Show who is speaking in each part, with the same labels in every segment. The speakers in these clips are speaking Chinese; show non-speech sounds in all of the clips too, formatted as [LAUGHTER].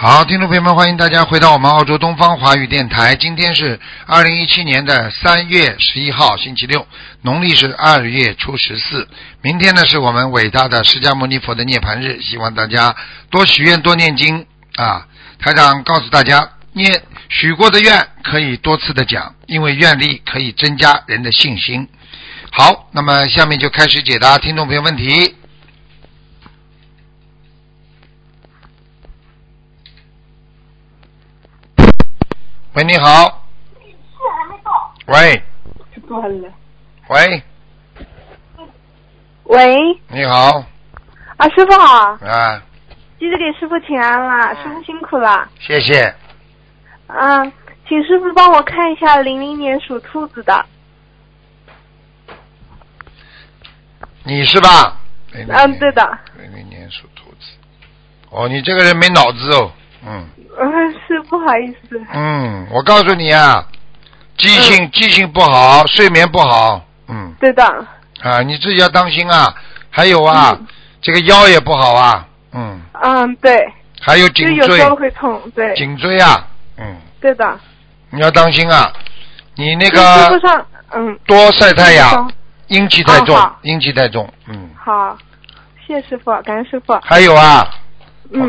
Speaker 1: 好，听众朋友们，欢迎大家回到我们澳洲东方华语电台。今天是二零一七年的三月十一号，星期六，农历是二月初十四。明天呢，是我们伟大的释迦牟尼佛的涅槃日，希望大家多许愿，多念经啊！台长告诉大家，念许过的愿可以多次的讲，因为愿力可以增加人的信心。好，那么下面就开始解答听众朋友问题。喂，你好。喂，
Speaker 2: 断了。
Speaker 1: 喂，
Speaker 2: 喂，
Speaker 1: 你好，
Speaker 2: 啊，师傅好，
Speaker 1: 啊，
Speaker 2: 弟子给师傅请安了，
Speaker 1: 哎
Speaker 2: 师傅辛苦了。
Speaker 1: 谢谢。
Speaker 2: 嗯，请师傅帮我看一下零零年属兔子的，
Speaker 1: 你是吧？零零
Speaker 2: 嗯，
Speaker 1: 年
Speaker 2: 对。的，
Speaker 1: 零零年属兔子。哦，你这个人没脑子哦。嗯
Speaker 2: 嗯，是不好意思，
Speaker 1: 嗯，我告诉你啊，记性、
Speaker 2: 嗯
Speaker 1: 记性不好，睡眠不好。嗯
Speaker 2: 对的，
Speaker 1: 啊，你自己要当心啊。还有啊，这个腰也不好啊。嗯，
Speaker 2: 嗯，对，
Speaker 1: 还有
Speaker 2: 就
Speaker 1: 颈
Speaker 2: 有
Speaker 1: 椎
Speaker 2: 时，候会痛，对，
Speaker 1: 颈椎啊，嗯，
Speaker 2: 对的。你
Speaker 1: 你要当心啊。你那
Speaker 2: 师傅
Speaker 1: 个
Speaker 2: 上，嗯，
Speaker 1: 多晒太阳
Speaker 2: 嗯，
Speaker 1: 阴气太重
Speaker 2: 哦好，
Speaker 1: 阴气太重。嗯，
Speaker 2: 好，谢谢师傅，感恩师傅，
Speaker 1: 还有啊。
Speaker 2: 嗯，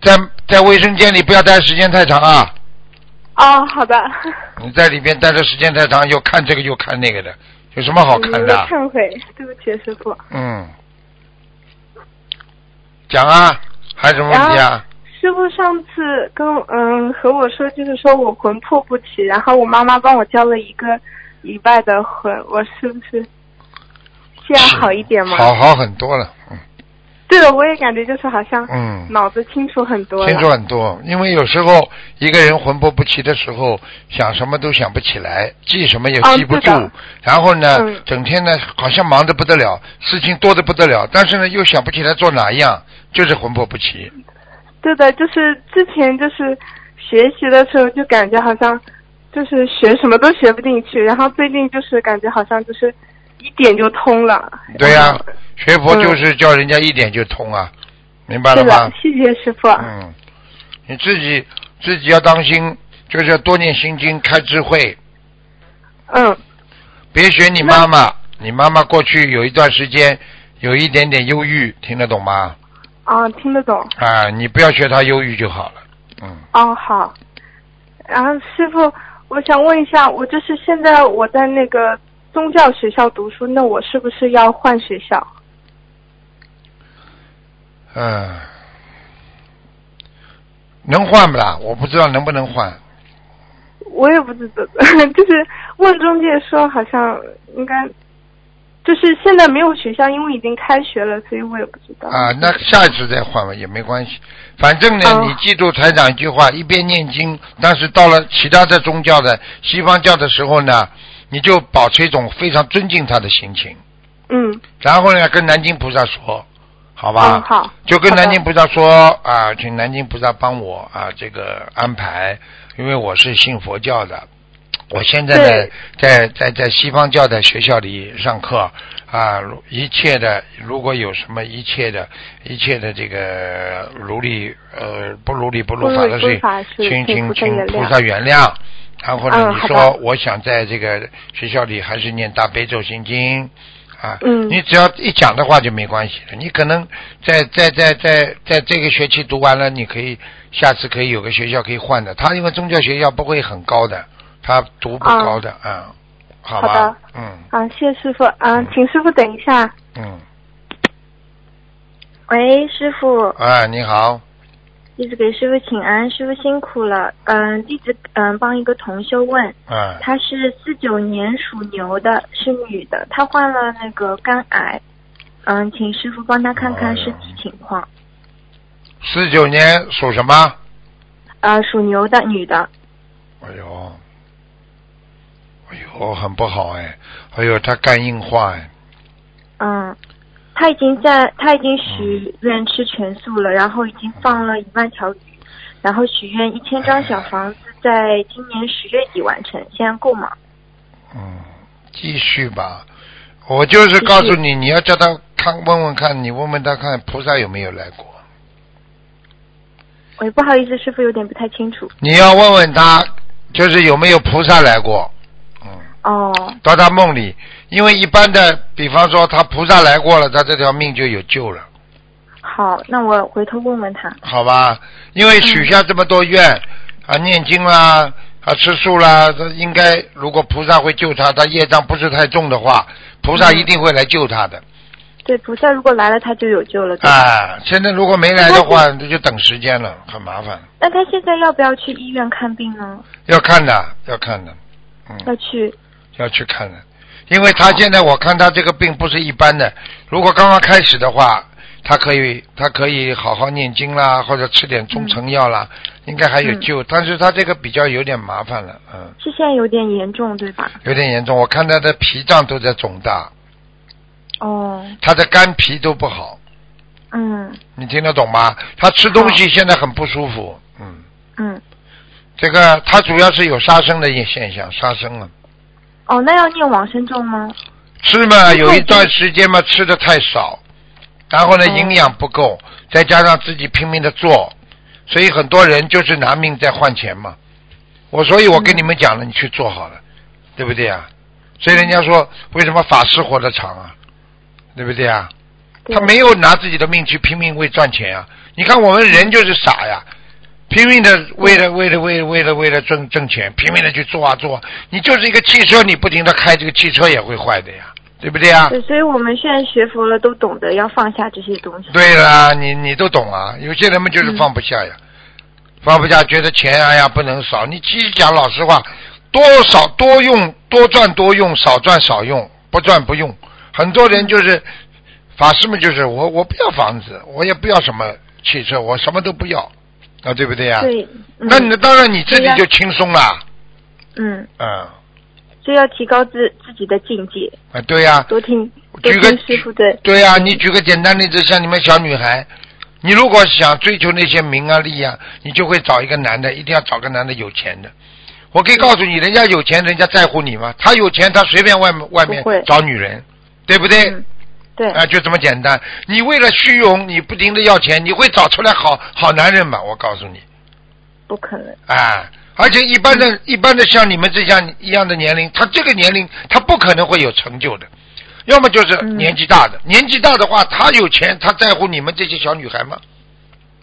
Speaker 1: 在在卫生间里不要待时间太长啊！
Speaker 2: 哦，好的，
Speaker 1: 你在里边待的时间太长，又看这个又看那个的，有什么好看
Speaker 2: 我
Speaker 1: 的啊？
Speaker 2: 忏悔，对不起师傅。
Speaker 1: 嗯，讲啊，还有什么问题啊？
Speaker 2: 师傅上次跟嗯和我说，就是说我魂魄不齐，然后我妈妈帮我交了一个礼拜的魂，我是不是这样好一点吗？
Speaker 1: 好好很多了，嗯
Speaker 2: 对的，我也感觉就是好像
Speaker 1: 嗯，
Speaker 2: 脑子清楚很多了。
Speaker 1: 清楚很多。因为有时候一个人魂魄不齐的时候，想什么都想不起来，记什么也
Speaker 2: 嗯
Speaker 1: 记不
Speaker 2: 是
Speaker 1: 住，
Speaker 2: 的
Speaker 1: 然后呢，
Speaker 2: 嗯
Speaker 1: 整天呢好像忙得不得了，事情多得不得了，但是呢又想不起来做哪一样，就是魂魄不齐。
Speaker 2: 对的，就是之前就是学习的时候就感觉好像就是学什么都学不进去，然后最近就是感觉好像就是一点就通了。
Speaker 1: 对呀、
Speaker 2: 嗯
Speaker 1: 学佛就是叫人家一点就通啊，明白了
Speaker 2: 对的
Speaker 1: 吗，？
Speaker 2: 谢谢师傅。啊
Speaker 1: 嗯，你自己自己要当心，就是要多念心经，开智慧，
Speaker 2: 嗯
Speaker 1: 别学你妈妈。你妈妈过去有一段时间有一点点忧郁，听得懂吗？
Speaker 2: 啊，听得懂。
Speaker 1: 啊，你不要学她忧郁就好了。嗯，
Speaker 2: 哦，好。然后师傅，我想问一下，我就是现在我在那个宗教学校读书，那我是不是要换学校？
Speaker 1: 嗯、能换不啦？我不知道能不能换。
Speaker 2: 我也不知道， [LAUGHS] 就是问中介说好像应该，就是现在没有学校，因为已经开学了，所以我也不知道。
Speaker 1: 啊，那下一次再换吧，也没关系。反正呢，
Speaker 2: 哦
Speaker 1: 你记住台长一句话：一边念经，但是到了其他的宗教的西方教的时候呢，你就保持一种非常尊敬他的心情。
Speaker 2: 嗯，
Speaker 1: 然后呢，跟南京菩萨说，好吧？
Speaker 2: 嗯，好，
Speaker 1: 就跟
Speaker 2: 好的
Speaker 1: 南京菩萨说啊，请南京菩萨帮我啊这个安排，因为我是信佛教的，我现在呢
Speaker 2: 对
Speaker 1: 在在在西方教的学校里上课啊，如一切的如果有什么一切的一切的这个如理呃不如理不
Speaker 2: 不
Speaker 1: 如
Speaker 2: 如
Speaker 1: 法
Speaker 2: 理
Speaker 1: 的
Speaker 2: 不
Speaker 1: 事
Speaker 2: 如
Speaker 1: 情
Speaker 2: 法的，事
Speaker 1: 请
Speaker 2: 请
Speaker 1: 请
Speaker 2: 菩萨
Speaker 1: 请
Speaker 2: 原
Speaker 1: 菩
Speaker 2: 谅
Speaker 1: 萨原谅。然后呢，
Speaker 2: 嗯
Speaker 1: 你
Speaker 2: 好
Speaker 1: 说
Speaker 2: 的
Speaker 1: 我想在这个学校里还是念大悲咒心经啊，
Speaker 2: 嗯
Speaker 1: 你只要一讲的话就没关系了。你可能在在在在在这个学期读完了，你可以下次可以有个学校可以换的。他因为宗教学校不会很高的，他读不高的啊、嗯好吧，
Speaker 2: 好的
Speaker 1: 嗯
Speaker 2: 啊，谢谢师傅啊，请师傅等一下。
Speaker 1: 嗯，
Speaker 3: 喂，师傅，
Speaker 1: 啊，你好，
Speaker 3: 弟子给师傅请安，师傅辛苦了。嗯，弟子嗯帮一个同修问，
Speaker 1: 嗯，
Speaker 3: 她是四九年属牛的，是女的，她患了那个肝癌。嗯，请师傅帮她看看身体情况。
Speaker 1: 哎四九年属什么？
Speaker 3: 呃，属牛的女的，
Speaker 1: 哎呦，哎呦，很不好哎，哎呦，他肝硬化哎，
Speaker 3: 嗯，她已经在她已经许愿吃全素了，然后已经放了一万条鱼，然后许愿一千张小房子，在今年十月底完成，现在够吗？
Speaker 1: 嗯，继续吧。我就是告诉你，你要叫他看，问问看，你问问他看菩萨有没有来过。
Speaker 3: 喂，不好意思，师傅有点不太清楚。
Speaker 1: 你要问问他，就是有没有菩萨来过，嗯，
Speaker 3: 哦，
Speaker 1: 到他梦里，因为一般的，比方说他菩萨来过了，他这条命就有救了，
Speaker 3: 好，那我回头问问他。
Speaker 1: 好吧？因为许下这么多愿、啊，念经啦，啊吃素啦，这应该如果菩萨会救他，他业障不是太重的话，菩萨一定会来救他的。
Speaker 3: 对，菩萨如果来了，他就有救了。对吧
Speaker 1: 啊，现在如果没来的话，那就等时间了，很麻烦，
Speaker 3: 那他现在要不要去医院看病呢？
Speaker 1: 要看的，要看的，嗯。
Speaker 3: 要去
Speaker 1: 要去看的，因为他现在我看他这个病不是一般的，如果刚刚开始的话，他可以他可以好好念经啦，或者吃点中成药啦，应该还有救。但是他这个比较有点麻烦了，嗯，
Speaker 3: 是现在有点严重，对吧？
Speaker 1: 有点严重。我看他的脾脏都在肿大，
Speaker 3: 哦，
Speaker 1: 他的肝脾都不好，
Speaker 3: 嗯
Speaker 1: 你听得懂吗？他吃东西现在很不舒服，嗯，
Speaker 3: 嗯，
Speaker 1: 这个他主要是有杀生的现现象，杀生了。
Speaker 3: 哦，那要念往生咒吗？
Speaker 1: 吃嘛，
Speaker 3: 嗯
Speaker 1: 有一段时间嘛吃的太少，然后呢
Speaker 3: 嗯
Speaker 1: 营养不够，再加上自己拼命的做，所以很多人就是拿命在换钱嘛。我所以，我跟你们讲了，你去做好了，对不对啊？所以人家说，为什么法师活得长啊？对不对啊？
Speaker 3: 对
Speaker 1: 他没有拿自己的命去拼命为赚钱啊！你看我们人就是傻呀，拼命的为了为了为了为了为了挣挣钱，拼命的去做啊做啊。你就是一个汽车，你不停的开，这个汽车也会坏的呀，对不对啊呀？
Speaker 3: 对，所以我们现在学佛了，都懂得要放下这些东西。
Speaker 1: 对啦，你你都懂啊。有些人们
Speaker 3: 嗯
Speaker 1: 就是放不下呀，放不下，觉得钱哎呀不能少。你其实讲老实话，多少多用，多赚多用，少赚少用，不赚不用。很多人就是法师们，就是我我不要房子，我也不要什么汽车，我什么都不要，啊对不对呀、
Speaker 3: 对，嗯
Speaker 1: 那你当然你自己
Speaker 3: 对呀
Speaker 1: 就轻松啦，
Speaker 3: 嗯，
Speaker 1: 嗯，
Speaker 3: 所以要提高自自己的境界，
Speaker 1: 啊对呀、
Speaker 3: 多听多
Speaker 1: 举个
Speaker 3: 听师傅的。
Speaker 1: 对呀、你举个简单例子，像你们小女孩，你如果想追求那些名啊利啊，你就会找一个男的，一定要找个男的有钱的。我可以告
Speaker 3: 嗯
Speaker 1: 诉你，人家有钱，人家在乎你吗？他有钱，他随便外面外面
Speaker 3: 不会
Speaker 1: 找女人，对不对？
Speaker 3: 嗯，对
Speaker 1: 啊，就这么简单。你为了虚荣，你不停的要钱，你会找出来好好男人吗？我告诉你，
Speaker 3: 不可能。
Speaker 1: 啊，而且一般
Speaker 3: 嗯
Speaker 1: 的、一般的像你们这样一样的年龄，他这个年龄他不可能会有成就的，要么就是
Speaker 3: 嗯
Speaker 1: 年纪大的，年纪大的话，他有钱，他在乎你们这些小女孩吗？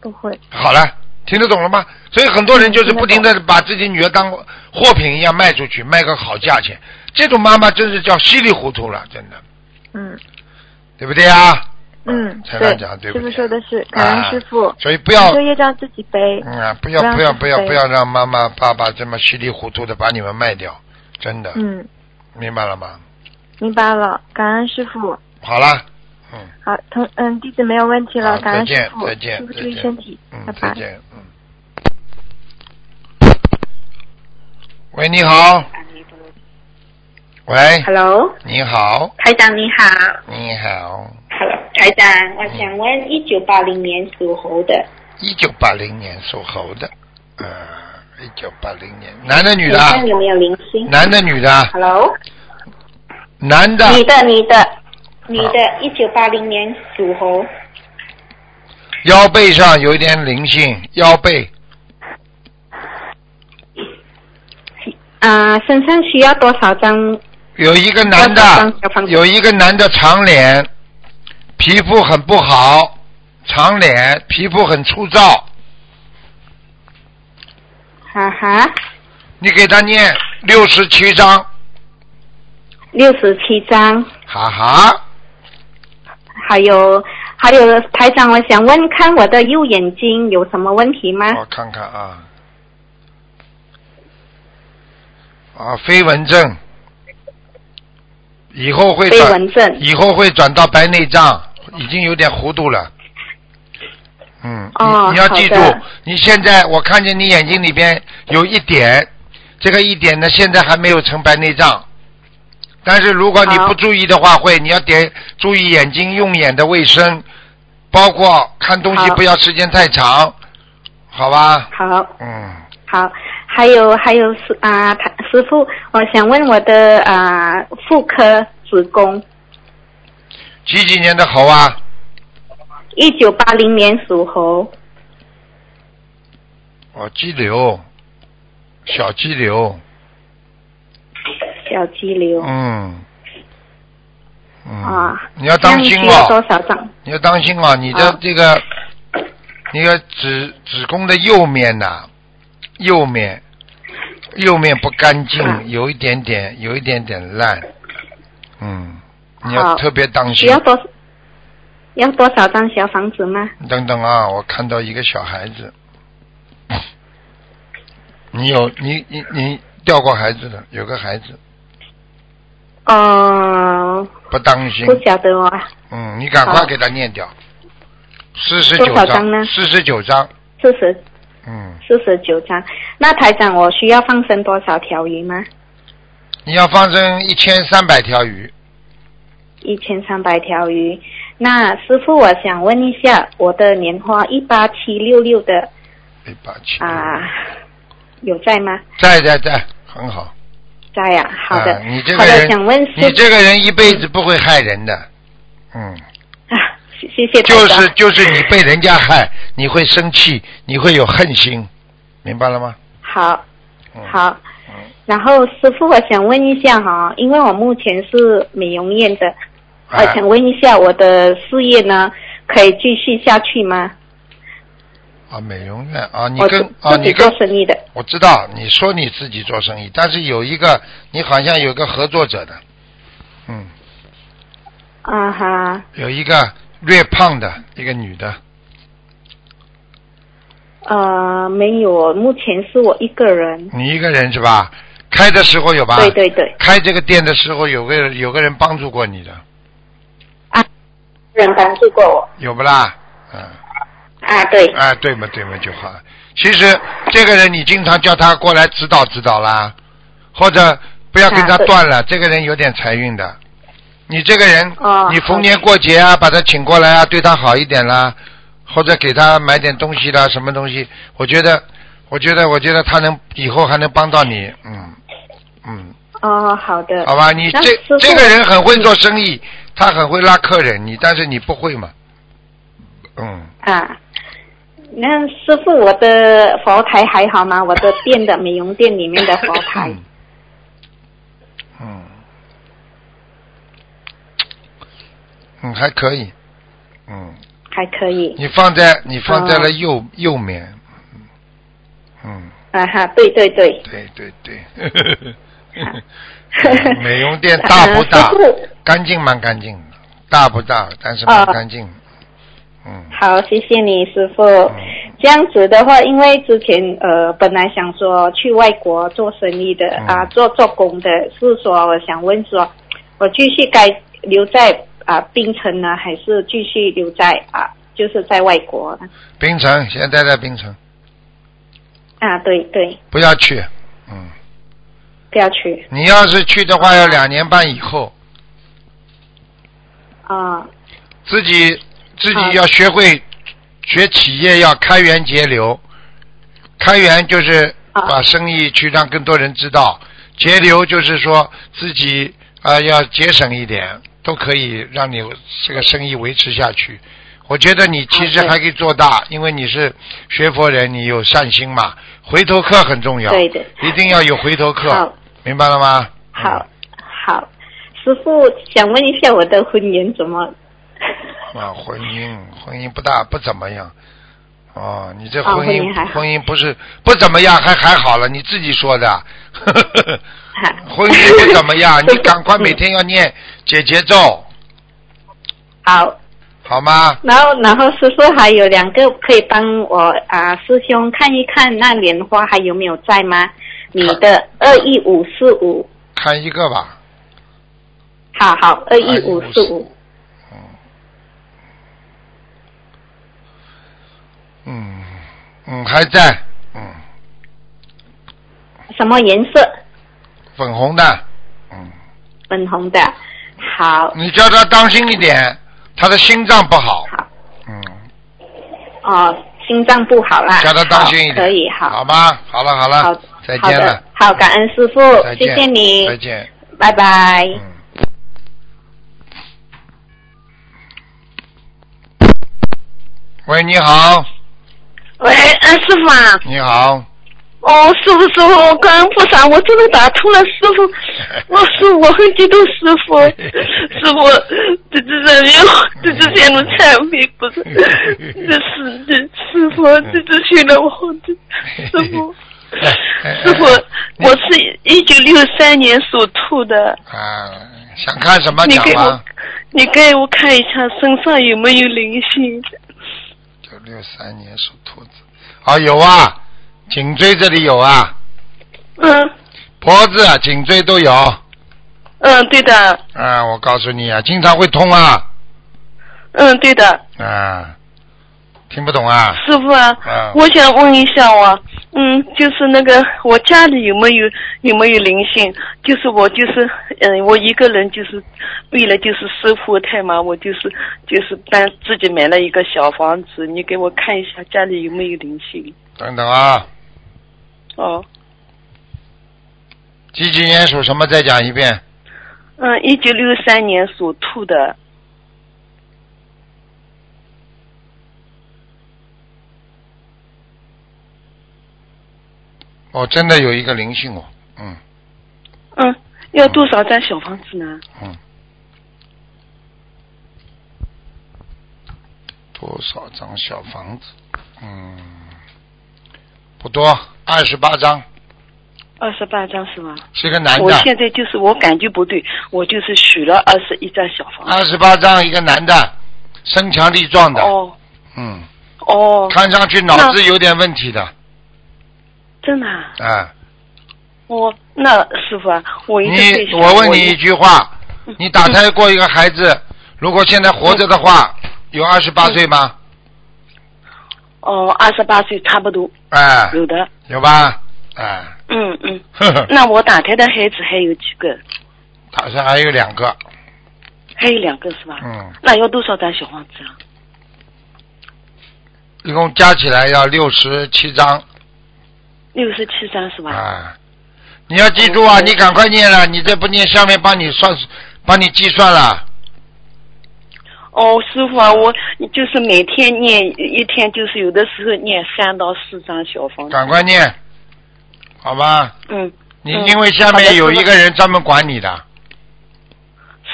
Speaker 3: 不会，
Speaker 1: 好了，听得懂了吗？所以很多人就是
Speaker 3: 嗯
Speaker 1: 不停的把自己女儿当货品一样卖出去，卖个好价钱，这种妈妈真是叫稀里糊涂了，真的，
Speaker 3: 嗯
Speaker 1: 对不对啊？
Speaker 3: 嗯，
Speaker 1: 才来
Speaker 3: 对
Speaker 1: 讲，对不
Speaker 3: 师傅
Speaker 1: 对？
Speaker 3: 说的是，感恩
Speaker 1: 啊
Speaker 3: 师嗯傅，
Speaker 1: 所以不要
Speaker 3: 你说业障自己
Speaker 1: [LAUGHS]
Speaker 3: 背。
Speaker 1: 嗯啊，不要不要
Speaker 3: 不要
Speaker 1: 不要
Speaker 3: 自卑
Speaker 1: 不要让妈妈爸爸这么稀里糊涂的把你们卖掉，真的，
Speaker 3: 嗯，
Speaker 1: 明白了吗？
Speaker 3: 明白了，感恩师傅。
Speaker 1: 好啦，嗯
Speaker 3: 好，同嗯，弟子没有问题
Speaker 1: 好
Speaker 3: 了，感恩
Speaker 1: 再
Speaker 3: 师
Speaker 1: 见
Speaker 3: 傅，
Speaker 1: 再见
Speaker 3: 师傅
Speaker 1: 再
Speaker 3: 注意
Speaker 1: 见
Speaker 3: 身体，拜
Speaker 1: 嗯，再
Speaker 3: 拜。
Speaker 1: 见，嗯。喂，你好。
Speaker 4: 嗯
Speaker 1: 喂，
Speaker 4: Hello，
Speaker 1: 你好，
Speaker 4: 台长你好。
Speaker 1: 你好，
Speaker 4: Hello，台长，我想问，一九八零年属猴的
Speaker 1: 一九八零年属猴的，呃，一九八零年，男的女
Speaker 4: 身
Speaker 1: 的啊？
Speaker 4: 上有没有灵性
Speaker 1: 男的女的啊？
Speaker 4: ？Hello，
Speaker 1: 男的，
Speaker 4: 你的你的你的，一九八零年属猴，
Speaker 1: 腰背上有一点灵性，腰背
Speaker 4: 啊、身上需要多少张？
Speaker 1: 有一个男的啊
Speaker 4: 要放要放，
Speaker 1: 有一个男的长脸，皮肤很不好，长脸，皮肤很粗糙。
Speaker 4: 哈哈，
Speaker 1: 你给他念六十七章，
Speaker 4: 六十七张，
Speaker 1: 哈哈，
Speaker 4: 还有还有台长，我想问看我的右眼睛有什么问题吗？
Speaker 1: 我看看啊，啊，飞蚊症，以后会
Speaker 4: 飞
Speaker 1: 转，
Speaker 4: 蚊症。
Speaker 1: 以后会转到白内障，已经有点糊涂了。嗯，你
Speaker 4: 哦
Speaker 1: 你要记住
Speaker 4: 好的，
Speaker 1: 你现在我看见你眼睛里边有一点，这个一点呢现在还没有成白内障，但是如果你
Speaker 4: 好
Speaker 1: 不注意的话，会你要点注意眼睛用眼的卫生，包括看东西
Speaker 4: 好
Speaker 1: 不要时间太长，好吧？
Speaker 4: 好，
Speaker 1: 嗯，
Speaker 4: 好，还有还有师啊，他师傅，我想问我的啊妇科子宫，
Speaker 1: 几几年的猴啊？
Speaker 4: 一九八零年属猴，
Speaker 1: 哦，肌瘤，小肌瘤，
Speaker 4: 小肌瘤。
Speaker 1: 嗯，嗯，
Speaker 4: 啊，
Speaker 1: 你要当心
Speaker 4: 这样需要
Speaker 1: 哦，
Speaker 4: 多少张？
Speaker 1: 你要当心哦，你的
Speaker 4: 啊
Speaker 1: 这个，你的子子宫的右面呐、右面，右面不干净，
Speaker 4: 啊
Speaker 1: 有一点点，有一点点烂，嗯，你
Speaker 4: 好
Speaker 1: 要特别当
Speaker 4: 需
Speaker 1: 心
Speaker 4: 要。多要多少张小房子吗？
Speaker 1: 等等啊，我看到一个小孩子，你有你你你掉过孩子的，有个孩子
Speaker 4: 哦，
Speaker 1: 不当心
Speaker 4: 不，晓得哦。
Speaker 1: 嗯，你赶快
Speaker 4: 好
Speaker 1: 给他念掉，四十九
Speaker 4: 多少张呢
Speaker 1: 四十九张，
Speaker 4: 四十
Speaker 1: 嗯，
Speaker 4: 四十九张。那台长，我需要放生多少条鱼吗？
Speaker 1: 你要放生一千三百条鱼，
Speaker 4: 一千三百条鱼。那师傅，我想问一下，我的莲花一八七六六的
Speaker 1: 一八七，
Speaker 4: 啊、有在吗？
Speaker 1: 哎在在在，很好。
Speaker 4: 在呀、好的，
Speaker 1: 啊你这
Speaker 4: 好
Speaker 1: 个
Speaker 4: 的，
Speaker 1: 人，
Speaker 4: 想问师
Speaker 1: 你
Speaker 4: 傅
Speaker 1: 这个人一辈子不会害人的，嗯，
Speaker 4: 啊，谢谢谢台
Speaker 1: 就
Speaker 4: 长
Speaker 1: 是就是你被人家害，你会生气，你会有恨心，明白了吗？
Speaker 4: 好
Speaker 1: 嗯、
Speaker 4: 好。
Speaker 1: 嗯
Speaker 4: 然后师傅，我想问一下哈、因为我目前是美容院的，我
Speaker 1: 哎
Speaker 4: 想问一下我的事业呢，可以继续下去吗？
Speaker 1: 啊，美容院啊，你
Speaker 4: 我自
Speaker 1: 跟啊，
Speaker 4: 自己
Speaker 1: 你
Speaker 4: 做
Speaker 1: 跟
Speaker 4: 生意的
Speaker 1: 我知道，你说你自己做生意，但是有一个你好像有个合作者的，嗯，
Speaker 4: 啊哈
Speaker 1: 有一个略胖的一个女的，
Speaker 4: 呃没有，目前是我一个人。
Speaker 1: 你一个人是吧？开的时候有吧？
Speaker 4: 对对对，
Speaker 1: 开这个店的时候，有个有个人帮助过你的，
Speaker 4: 人帮助过我
Speaker 1: 有不啦？嗯，
Speaker 4: 啊，对
Speaker 1: 哎，对嘛对嘛就好了。其实这个人你经常叫他过来指导指导啦，或者不要跟他
Speaker 4: 啊对
Speaker 1: 断了，这个人有点财运的。你这个人，
Speaker 4: 哦
Speaker 1: 你
Speaker 4: 好
Speaker 1: 逢
Speaker 4: 的
Speaker 1: 年过节啊，把他请过来啊，对他好一点啦，或者给他买点东西啦，什么东西？我觉得，我觉得，我觉得他能以后还能帮到你，嗯嗯，
Speaker 4: 哦，好的，
Speaker 1: 好吧，你
Speaker 4: 那
Speaker 1: 这
Speaker 4: 师傅
Speaker 1: 这个人很会做生意，他很会拉客人，你但是你不会嘛，嗯。
Speaker 4: 啊。那师傅，我的佛台还好吗？我的店的美容店里
Speaker 1: [LAUGHS]
Speaker 4: 面的佛台
Speaker 1: 嗯，嗯，还可以，嗯，
Speaker 4: 还可以
Speaker 1: 你放在你放在
Speaker 4: 哦
Speaker 1: 了右、右面，嗯，
Speaker 4: 啊哈，对对对，
Speaker 1: 对对对，嗯美容店大不
Speaker 4: 啊
Speaker 1: 大
Speaker 4: 师？傅
Speaker 1: 干净蛮干净的，大不大？但是蛮
Speaker 4: 哦
Speaker 1: 干净的，嗯，
Speaker 4: 好，谢谢你，师傅
Speaker 1: 嗯。
Speaker 4: 这样子的话，因为之前呃本来想说去外国做生意的
Speaker 1: 嗯
Speaker 4: 啊，做做工的，是说我想问说，我继续该留在啊槟城呢，还是继续留在啊就是在外国呢？
Speaker 1: 冰城现在在冰城，
Speaker 4: 啊，对对，
Speaker 1: 不要去，嗯，
Speaker 4: 不要去
Speaker 1: 你要是去的话，要两年半以后，
Speaker 4: 啊
Speaker 1: 自己自己
Speaker 4: 好
Speaker 1: 要学会学企业要开源节流，开源就是
Speaker 4: 好
Speaker 1: 把生意去让更多人知道，节流就是说自己啊、呃要节省一点，都可以让你这个生意维持下去。我觉得你其实
Speaker 4: 好对
Speaker 1: 还可以做大，因为你是学佛人，你有善心嘛，回头客很重要，
Speaker 4: 对对
Speaker 1: 一定要有回头客嗯
Speaker 4: 好，
Speaker 1: 明白了吗？
Speaker 4: 好好，师傅想问一下我的婚姻怎么？
Speaker 1: [LAUGHS] 啊，婚姻婚姻不大不怎么样。哦，你这
Speaker 4: 啊
Speaker 1: 婚
Speaker 4: 婚
Speaker 1: 姻、
Speaker 4: 姻还好
Speaker 1: 婚姻不是不怎么样，还还好了，你自己说的。 [LAUGHS]
Speaker 4: 哈
Speaker 1: 婚姻不怎么样，你赶快每
Speaker 4: 嗯
Speaker 1: 天要念解节咒，
Speaker 4: [LAUGHS] 好。
Speaker 1: 好吗？
Speaker 4: 然后，然后师傅还有两个可以帮我啊，师兄看一看那莲花还有没有在吗？你的二一五四五，
Speaker 1: 看一个吧，
Speaker 4: 好好，二一五四
Speaker 1: 21545
Speaker 4: 五，
Speaker 1: 嗯嗯，还在，嗯，
Speaker 4: 什么颜色？
Speaker 1: 粉红的，嗯，
Speaker 4: 粉红的。好，
Speaker 1: 你叫他当心一点，他的心脏不好，
Speaker 4: 好，
Speaker 1: 嗯，
Speaker 4: 哦，心脏不好啦，
Speaker 1: 叫他当心一点，
Speaker 4: 好可以，
Speaker 1: 好
Speaker 4: 好，
Speaker 1: 吗？好了好
Speaker 4: 好
Speaker 1: 了，再见
Speaker 4: 好
Speaker 1: 了
Speaker 4: 的，，好，感恩师傅
Speaker 1: 再，见，
Speaker 4: 谢谢你，
Speaker 1: 再见。
Speaker 4: 拜拜。
Speaker 1: 嗯。喂，你好，
Speaker 5: 喂，嗯，师傅啊，
Speaker 1: 你好，
Speaker 5: 哦，师傅，师傅，我感恩菩萨，我真的打通了，师
Speaker 1: [LAUGHS]
Speaker 5: 傅，我师傅，我很激动，师傅，师傅，这这这又这这些路产品不是，这是这师傅，这这训了我，这师
Speaker 1: [LAUGHS]
Speaker 5: 傅，
Speaker 1: 哎
Speaker 5: 师傅，我是一九六三年属兔的，
Speaker 1: 啊，想看什么
Speaker 5: 你
Speaker 1: 讲
Speaker 5: 给我
Speaker 1: 吧。，
Speaker 5: 你给我看一下身上有没有灵性？
Speaker 1: 九六三年属兔子，啊有啊，颈椎这里有啊，
Speaker 5: 嗯
Speaker 1: 脖子、啊、颈椎都有。
Speaker 5: 嗯，对的，
Speaker 1: 啊，我告诉你啊，经常会痛啊，
Speaker 5: 嗯对的。
Speaker 1: 啊，听不懂啊？
Speaker 5: 师傅啊，
Speaker 1: 啊
Speaker 5: 我想问一下我，嗯，就是那个我家里有没有有没有灵性？就是我就是嗯，我一个人就是为了就是生活太忙，我就是就是搬自己买了一个小房子，你给我看一下家里有没有灵性？
Speaker 1: 等等啊，
Speaker 5: 哦，
Speaker 1: 几几年属什么？再讲一遍。
Speaker 5: 嗯，一九六三年属兔的，
Speaker 1: 哦，真的有一个灵性哦，嗯
Speaker 5: 嗯，要多少张小房子呢？
Speaker 1: 嗯，多少张小房子？嗯，不多，二十八张，
Speaker 5: 二十八张是吧？
Speaker 1: 是一个男
Speaker 5: 我
Speaker 1: 的，
Speaker 5: 现在就是我感觉不对，我就是许了二十一张小房子。
Speaker 1: 二十八张一个男的，身强力壮的，
Speaker 5: 哦
Speaker 1: 嗯，
Speaker 5: 哦，
Speaker 1: 看上去脑子有点问题的，
Speaker 5: 真的、啊。
Speaker 1: 啊。
Speaker 5: 我那师傅啊，我一嗯直在
Speaker 1: 你，
Speaker 5: 想
Speaker 1: 我问你
Speaker 5: 一
Speaker 1: 一句话，你打胎过一个孩子，如果现在活着的话，
Speaker 5: 嗯
Speaker 1: 有二十八岁吗？
Speaker 5: 哦，二十八岁差不多
Speaker 1: 哎，
Speaker 5: 有的，
Speaker 1: 有吧？哎，
Speaker 5: 嗯嗯。
Speaker 1: 呵呵，
Speaker 5: 那我打胎的孩子还有几个？
Speaker 1: 打算还有两个，
Speaker 5: 还有两个是吧？
Speaker 1: 嗯，
Speaker 5: 那要多少张小房子啊？
Speaker 1: 一共加起来要六十七张
Speaker 5: 六十七张是吧？
Speaker 1: 啊！你要记住啊，
Speaker 5: 嗯
Speaker 1: 你赶快念了，你再不念，下面帮你算，帮你计算了。
Speaker 5: 哦，师傅啊，我就是每天念一天，就是有的时候念三到四张小房子。
Speaker 1: 赶快念，好吧？
Speaker 5: 嗯，
Speaker 1: 你
Speaker 5: 嗯
Speaker 1: 因为下
Speaker 5: 好的
Speaker 1: 面有
Speaker 5: 师傅
Speaker 1: 一个人专门管你的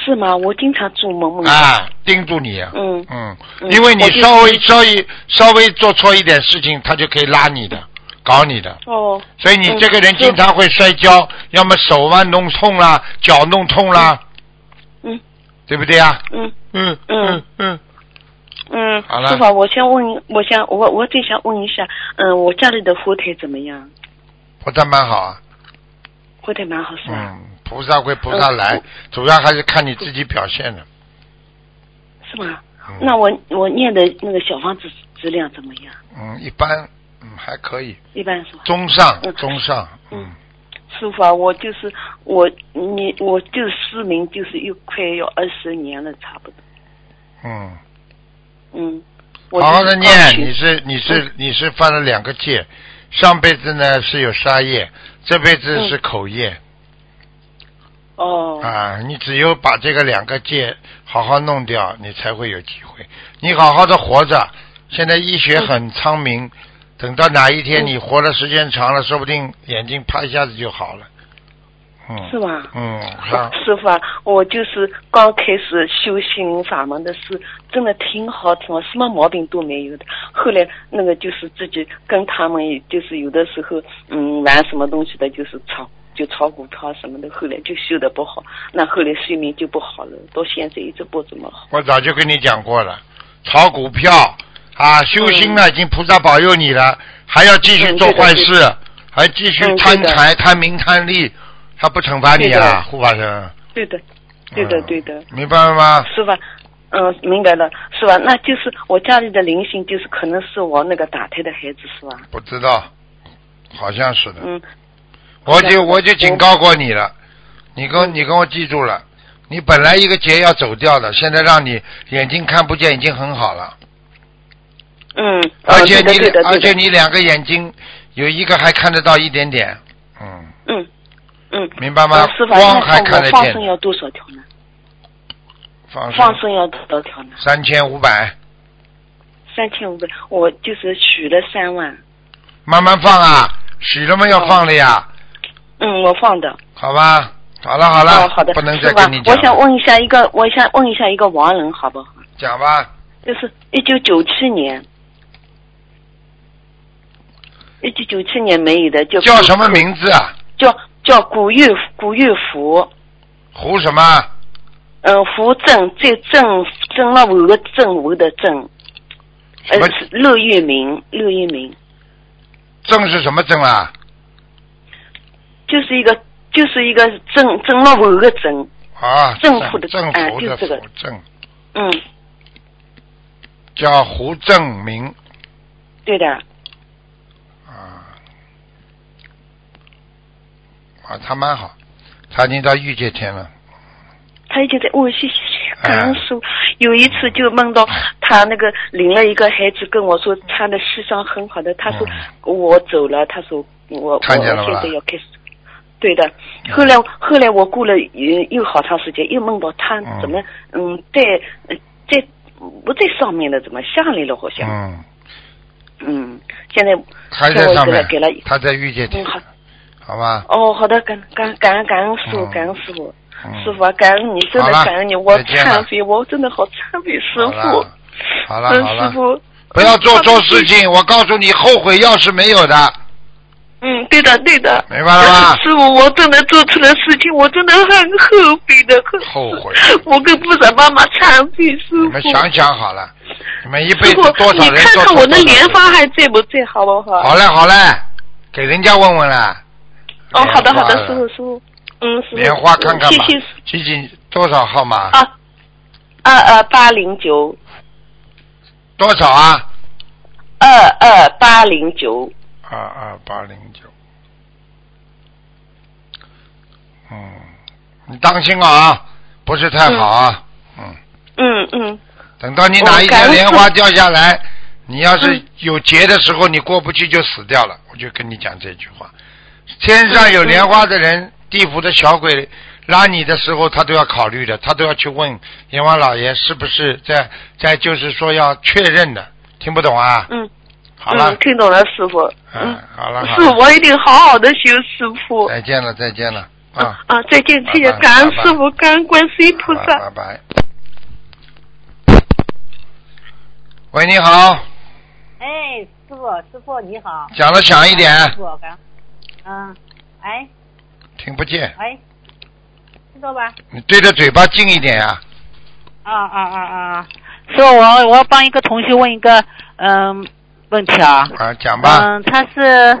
Speaker 5: 是吗？我经常做梦梦。
Speaker 1: 啊，盯住你。
Speaker 5: 嗯，
Speaker 1: 嗯，
Speaker 5: 嗯
Speaker 1: 因为你
Speaker 5: 我就
Speaker 1: 稍微稍微稍微做错一点事情，他就可以拉你的，搞你的。
Speaker 5: 哦，
Speaker 1: 所以你
Speaker 5: 嗯
Speaker 1: 这个人
Speaker 5: 是
Speaker 1: 经常会摔跤，要么手腕弄痛啦，脚弄痛啦，
Speaker 5: 嗯
Speaker 1: 对不对啊？
Speaker 5: 嗯
Speaker 1: 嗯
Speaker 5: 嗯
Speaker 1: 嗯，
Speaker 5: 嗯。
Speaker 1: 好了
Speaker 5: 师傅啊，我想问，我想我我最想问一下，嗯，我家里的佛台怎么样？
Speaker 1: 菩萨蛮好啊，
Speaker 5: 佛台蛮好是吧？
Speaker 1: 嗯，菩萨归菩
Speaker 5: 嗯
Speaker 1: 萨来，主要还是看你自己表现的。
Speaker 5: 是吗？
Speaker 1: 嗯
Speaker 5: 那我我念的那个小房子质量怎么样？
Speaker 1: 嗯，一般，嗯，还可以，
Speaker 5: 一般是吧？
Speaker 1: 中上
Speaker 5: 嗯
Speaker 1: 中上，
Speaker 5: 嗯
Speaker 1: 嗯，
Speaker 5: 师傅啊，我就是我你我就失明，就是又快要二十年了，差不多。
Speaker 1: 嗯。
Speaker 5: 嗯，我
Speaker 1: 好好
Speaker 5: 就是嗯
Speaker 1: 的
Speaker 5: 刚
Speaker 1: 念，
Speaker 5: 学
Speaker 1: 你是你是你是犯了两个戒，上辈子呢是有杀业，这辈子是口业、
Speaker 5: 嗯哦，
Speaker 1: 啊。你只有把这个两个戒好好弄掉，你才会有机会。你好好的活着，现在医学很昌明，等到哪一天
Speaker 5: 嗯
Speaker 1: 你活的时间长了，说不定眼睛啪一下子就好了。嗯，
Speaker 5: 是吧？
Speaker 1: 嗯，好，
Speaker 5: 师傅啊，我就是刚开始修心法门的时候，真的挺好，挺好，什么毛病都没有的。后来那个就是自己跟他们，就是有的时候，嗯，玩什么东西的，就是炒，就炒股票什么的。后来就修的不好，那后来睡眠就不好了，到现在一直不怎么好。
Speaker 1: 我早就跟你讲过了，炒股票啊，修心了，已经菩萨保佑你了，还要继续
Speaker 5: 嗯
Speaker 1: 做
Speaker 5: 对的
Speaker 1: 坏
Speaker 5: 对
Speaker 1: 事，还继续
Speaker 5: 嗯
Speaker 1: 贪
Speaker 5: 对的
Speaker 1: 财、贪名、贪利，他不惩罚你
Speaker 5: 对
Speaker 1: 啊
Speaker 5: 的，
Speaker 1: 护法神。
Speaker 5: 对的，对的，
Speaker 1: 嗯
Speaker 5: 对的，
Speaker 1: 明白了吗？
Speaker 5: 是吧？嗯，明白了，是吧？那就是我家里的灵性，就是可能是我那个打胎的孩子，是吧？
Speaker 1: 不知道，好像是的。
Speaker 5: 嗯，
Speaker 1: 我就
Speaker 5: 我
Speaker 1: 我就警告过你了，你
Speaker 5: 嗯
Speaker 1: 跟你跟我记住了，你本来一个劫要走掉的，现在让你眼睛看不见已经很好了，
Speaker 5: 嗯，
Speaker 1: 而
Speaker 5: 嗯
Speaker 1: 且
Speaker 5: 对的
Speaker 1: 你
Speaker 5: 对的对的
Speaker 1: 而且你两个眼睛有一个还看得到一点点，嗯。
Speaker 5: 嗯，嗯，
Speaker 1: 明白吗
Speaker 5: 呃师傅，
Speaker 1: 光还
Speaker 5: 那
Speaker 1: 看得
Speaker 5: 我放
Speaker 1: 见
Speaker 5: 生要多少条呢？
Speaker 1: 放
Speaker 5: 放生要多少条呢？
Speaker 1: 三千五百，
Speaker 5: 三三千五百，我就是许了三万。
Speaker 1: 慢慢放啊，许了吗？要放了呀，
Speaker 5: 嗯，我放的。
Speaker 1: 好吧，好了好了，
Speaker 5: 哦，好的，
Speaker 1: 不能
Speaker 5: 是
Speaker 1: 再
Speaker 5: 吧
Speaker 1: 跟你？
Speaker 5: 我
Speaker 1: 讲了，
Speaker 5: 想问一下一个，我想问一下一个亡人，好不好？
Speaker 1: 讲吧，
Speaker 5: 就是一九九七年，一九九七年没有的，叫
Speaker 1: 叫什么？名字啊？
Speaker 5: 叫叫古玉古玉福，
Speaker 1: 胡什么？
Speaker 5: 嗯，福正这正正那五个正五的正，
Speaker 1: 什
Speaker 5: 呃
Speaker 1: 么，
Speaker 5: 是陆月明，陆月明
Speaker 1: 郑是什么郑啊？
Speaker 5: 就是一个就是一个正正那五个正，
Speaker 1: 啊，
Speaker 5: 政府的
Speaker 1: 郑
Speaker 5: 哎
Speaker 1: 福
Speaker 5: 就
Speaker 1: 的
Speaker 5: 这个
Speaker 1: 福郑，
Speaker 5: 嗯，
Speaker 1: 叫胡正明
Speaker 5: 对的，
Speaker 1: 啊，啊，他蛮好，他已经到御界天了。
Speaker 5: 他已经在我谢谢
Speaker 1: 哎
Speaker 5: 感恩师傅有一次就梦到他那个领了一个孩子跟我说他的西装很好的，他说
Speaker 1: 嗯
Speaker 5: 我走了，他说我我
Speaker 1: 看见了吧嗯
Speaker 5: 现在要开始。对的，后来后来我过了又又好长时间，又梦到他
Speaker 1: 嗯
Speaker 5: 怎么嗯在呃在不在上面了，怎么下来了好像
Speaker 1: 嗯，
Speaker 5: 嗯，现在
Speaker 1: 还在上面
Speaker 5: 给了给了，
Speaker 1: 他在御界天
Speaker 5: 嗯，好
Speaker 1: 好吧？
Speaker 5: 哦好的感感感恩感恩师傅
Speaker 1: 嗯
Speaker 5: 感恩师傅
Speaker 1: 嗯
Speaker 5: 师傅啊感恩你真的
Speaker 1: 好了
Speaker 5: 感恩你我
Speaker 1: 再见了
Speaker 5: 忏悔我真的好忏悔师
Speaker 1: 好
Speaker 5: 傅
Speaker 1: 了。好了
Speaker 5: 嗯
Speaker 1: 好
Speaker 5: 师
Speaker 1: 了，
Speaker 5: 傅，
Speaker 1: 不要做错事情，我告诉你，后悔药是没有的，
Speaker 5: 嗯，对的，对的。
Speaker 1: 明白了吗？
Speaker 5: 师傅，我真的做出了事情，我真的很后悔的。很
Speaker 1: 后悔。
Speaker 5: 我跟部长妈妈忏悔，师
Speaker 1: 你们
Speaker 5: 傅。
Speaker 1: 想想好了，你们一辈
Speaker 5: 师
Speaker 1: 子
Speaker 5: 傅
Speaker 1: 多，
Speaker 5: 你
Speaker 1: 少人
Speaker 5: 看
Speaker 1: 做
Speaker 5: 看
Speaker 1: 错
Speaker 5: 我的
Speaker 1: 多少
Speaker 5: 莲
Speaker 1: 事
Speaker 5: 花还在不在，好不好？
Speaker 1: 好嘞好嘞，给人家问问啦。
Speaker 5: 哦，好的，
Speaker 1: 莲花
Speaker 5: 好的，师傅，师傅，嗯，师傅。
Speaker 1: 莲花看看
Speaker 5: 谢
Speaker 1: 吧
Speaker 5: 谢师。
Speaker 1: 几几多少号码？
Speaker 5: 啊二二八零九，
Speaker 1: 多少啊？
Speaker 5: 二二八零九，
Speaker 1: 二二八零九。嗯，你当心啊，不是太好啊。嗯，
Speaker 5: 嗯嗯，
Speaker 1: 等到你哪一天
Speaker 5: 我感
Speaker 1: 莲花掉下来，你要是有劫的时候，你过不去就死掉了。我就跟你讲这句话，天上有莲花的人，地府的小鬼拉你的时候，他都要考虑的，他都要去问阎王老爷是不是在在，就是说要确认的。听不懂啊？
Speaker 5: 嗯，
Speaker 1: 好了
Speaker 5: 嗯，，听懂了，师傅。嗯
Speaker 1: 嗯，，好了，好
Speaker 5: 是
Speaker 1: 了。
Speaker 5: 我一定好好的修，师傅。
Speaker 1: 再见了，再见了啊！
Speaker 5: 啊，再见，谢谢
Speaker 1: 拜拜
Speaker 5: 感恩
Speaker 1: 拜拜
Speaker 5: 师傅，感恩观世音菩萨。
Speaker 1: 拜拜。喂，你好，
Speaker 6: 哎，师傅，师傅你好。
Speaker 1: 讲的响一点，
Speaker 6: 师傅，感恩嗯，哎
Speaker 1: 听不见，
Speaker 6: 哎，知道吧？
Speaker 1: 你对着嘴巴近一点啊。
Speaker 6: 啊啊啊啊！师傅，我我要帮一个同学问一个嗯问题啊。
Speaker 1: 啊，讲吧。
Speaker 6: 嗯，他是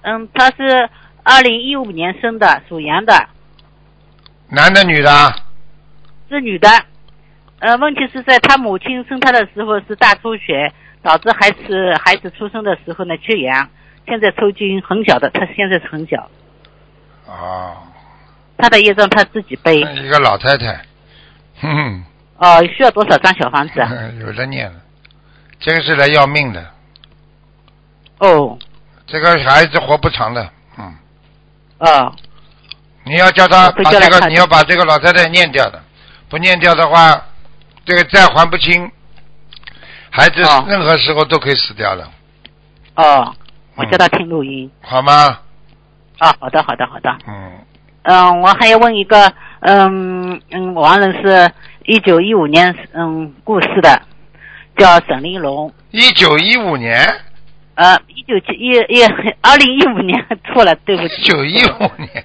Speaker 6: 嗯他是二零一五年生的，属羊的，
Speaker 1: 男的女的啊？
Speaker 6: 是女的。呃，问题是在他母亲生他的时候是大出血，导致孩子孩子出生的时候呢缺氧，现在抽筋很小的，他现在是很小。嗯
Speaker 1: 哦，
Speaker 6: 他的业障他自己背。
Speaker 1: 一个老太太，哼
Speaker 6: 哦，需要多少张小房子啊？
Speaker 1: 哼， [LAUGHS] 有的念了。这个是来要命的，
Speaker 6: 哦，
Speaker 1: 这个孩子活不长的，嗯，
Speaker 6: 哦，
Speaker 1: 你要叫他
Speaker 6: 我会
Speaker 1: 把
Speaker 6: 啊叫
Speaker 1: 这
Speaker 6: 他
Speaker 1: 个，
Speaker 6: 看
Speaker 1: 你要把这个老太太念掉的，不念掉的话，这个债还不清，孩子
Speaker 6: 哦
Speaker 1: 任何时候都可以死掉了，
Speaker 6: 哦，我叫他听录音。
Speaker 1: 好吗？
Speaker 6: 啊，好的，好的，好的。
Speaker 1: 嗯，
Speaker 6: 嗯，我还要问一个，嗯嗯，王人是一九一五年嗯过世的，叫沈玲珑。
Speaker 1: 一九一五年，
Speaker 6: 呃，一九七一一 [LAUGHS] 二零一五年 [LAUGHS] 错了，对不
Speaker 1: 一
Speaker 6: 起，
Speaker 1: 九一五
Speaker 6: [LAUGHS]
Speaker 1: 年，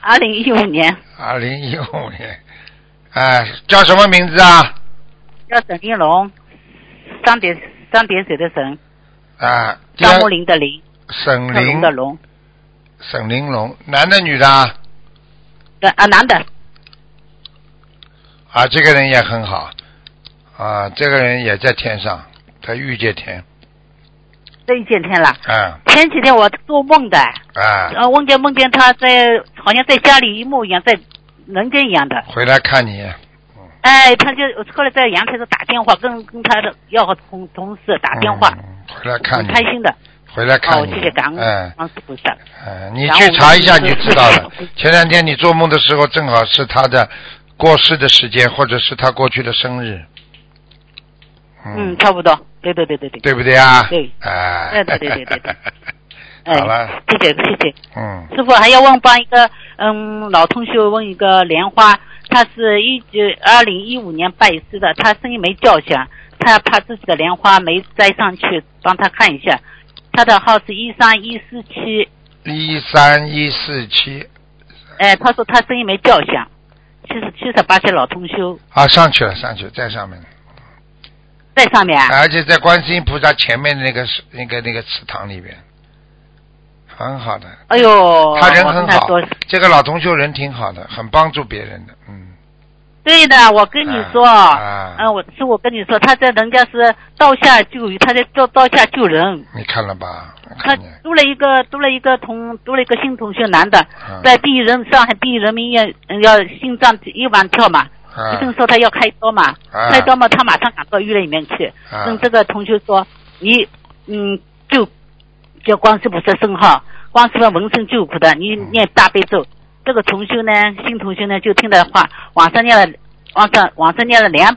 Speaker 6: 二零一五年
Speaker 1: 二零一五年，哎，叫什么名字啊？
Speaker 6: 叫沈玲珑，三点三点水的沈，
Speaker 1: 啊，第
Speaker 6: 张
Speaker 1: 二
Speaker 6: 木林的林，
Speaker 1: 沈
Speaker 6: 克
Speaker 1: 玲
Speaker 6: 隆的，龙，
Speaker 1: 沈玲珑，男的女的啊？
Speaker 6: 对啊，男的，
Speaker 1: 啊，这个人也很好，啊，这个人也在天上，他遇见天，
Speaker 6: 这一见天了。
Speaker 1: 啊
Speaker 6: 前几天我做梦的，
Speaker 1: 啊，
Speaker 6: 呃，梦见梦见他在好像在家里一模一样，在人间一样的。
Speaker 1: 回来看你。
Speaker 6: 哎，他就后来在阳台上打电话，跟跟他的要好同同事打电话，
Speaker 1: 嗯回来看
Speaker 6: 很
Speaker 1: 你，
Speaker 6: 开心的。
Speaker 1: 回来看
Speaker 6: 哦，
Speaker 1: 你。
Speaker 6: 谢谢感恩
Speaker 1: 嗯
Speaker 6: 观世菩萨。
Speaker 1: 嗯，你去查一下你就知道了。前两天你做梦的时候，正好是他的过世的时间，或者是他过去的生日。
Speaker 6: 嗯，差不多。对对对对对，
Speaker 1: 对不对啊？
Speaker 6: 对
Speaker 1: 哎、
Speaker 6: 哎对对对对对哎
Speaker 1: 好了，
Speaker 6: 谢谢谢谢。
Speaker 1: [LAUGHS] 嗯，
Speaker 6: 师傅还要问帮一个嗯老同学问一个莲花，他是一九二零一五年拜师的，他声音没叫响，他怕自己的莲花没摘上去，帮他看一下。他的号是一三一四七，
Speaker 1: 一三一四七
Speaker 6: 哎，他说他声音没叫响，七十七十八岁老同修
Speaker 1: 啊，上去了，上去了，在上面了，
Speaker 6: 在上面啊，
Speaker 1: 而且在观世音菩萨前面的那个是那个那个祠堂里边，很好的，
Speaker 6: 哎呦，
Speaker 1: 他人
Speaker 6: 我
Speaker 1: 很
Speaker 6: 跟他
Speaker 1: 好
Speaker 6: 说，
Speaker 1: 这个老同修人挺好的，很帮助别人的，嗯，
Speaker 6: 对的，我跟你说，
Speaker 1: 啊啊
Speaker 6: 嗯，我是我跟你说，他在人家是道下救鱼，他在道道下救人。
Speaker 1: 你看了吧？我
Speaker 6: 他
Speaker 1: 看见，
Speaker 6: 读了一个读了一个同读了一个新同学男的，
Speaker 1: 啊
Speaker 6: 在第一人上海第一人民医院嗯要心脏一晚跳嘛，医
Speaker 1: 啊
Speaker 6: 生说他要开刀嘛，
Speaker 1: 啊
Speaker 6: 开刀嘛，他马上赶到医院里面去，
Speaker 1: 啊
Speaker 6: 跟这个同学说，你嗯就叫观世菩萨圣号，观世菩萨闻声救苦的，你
Speaker 1: 嗯
Speaker 6: 念大悲咒。这个同修呢，新同修呢就听他的话，晚上念了晚上晚上念了两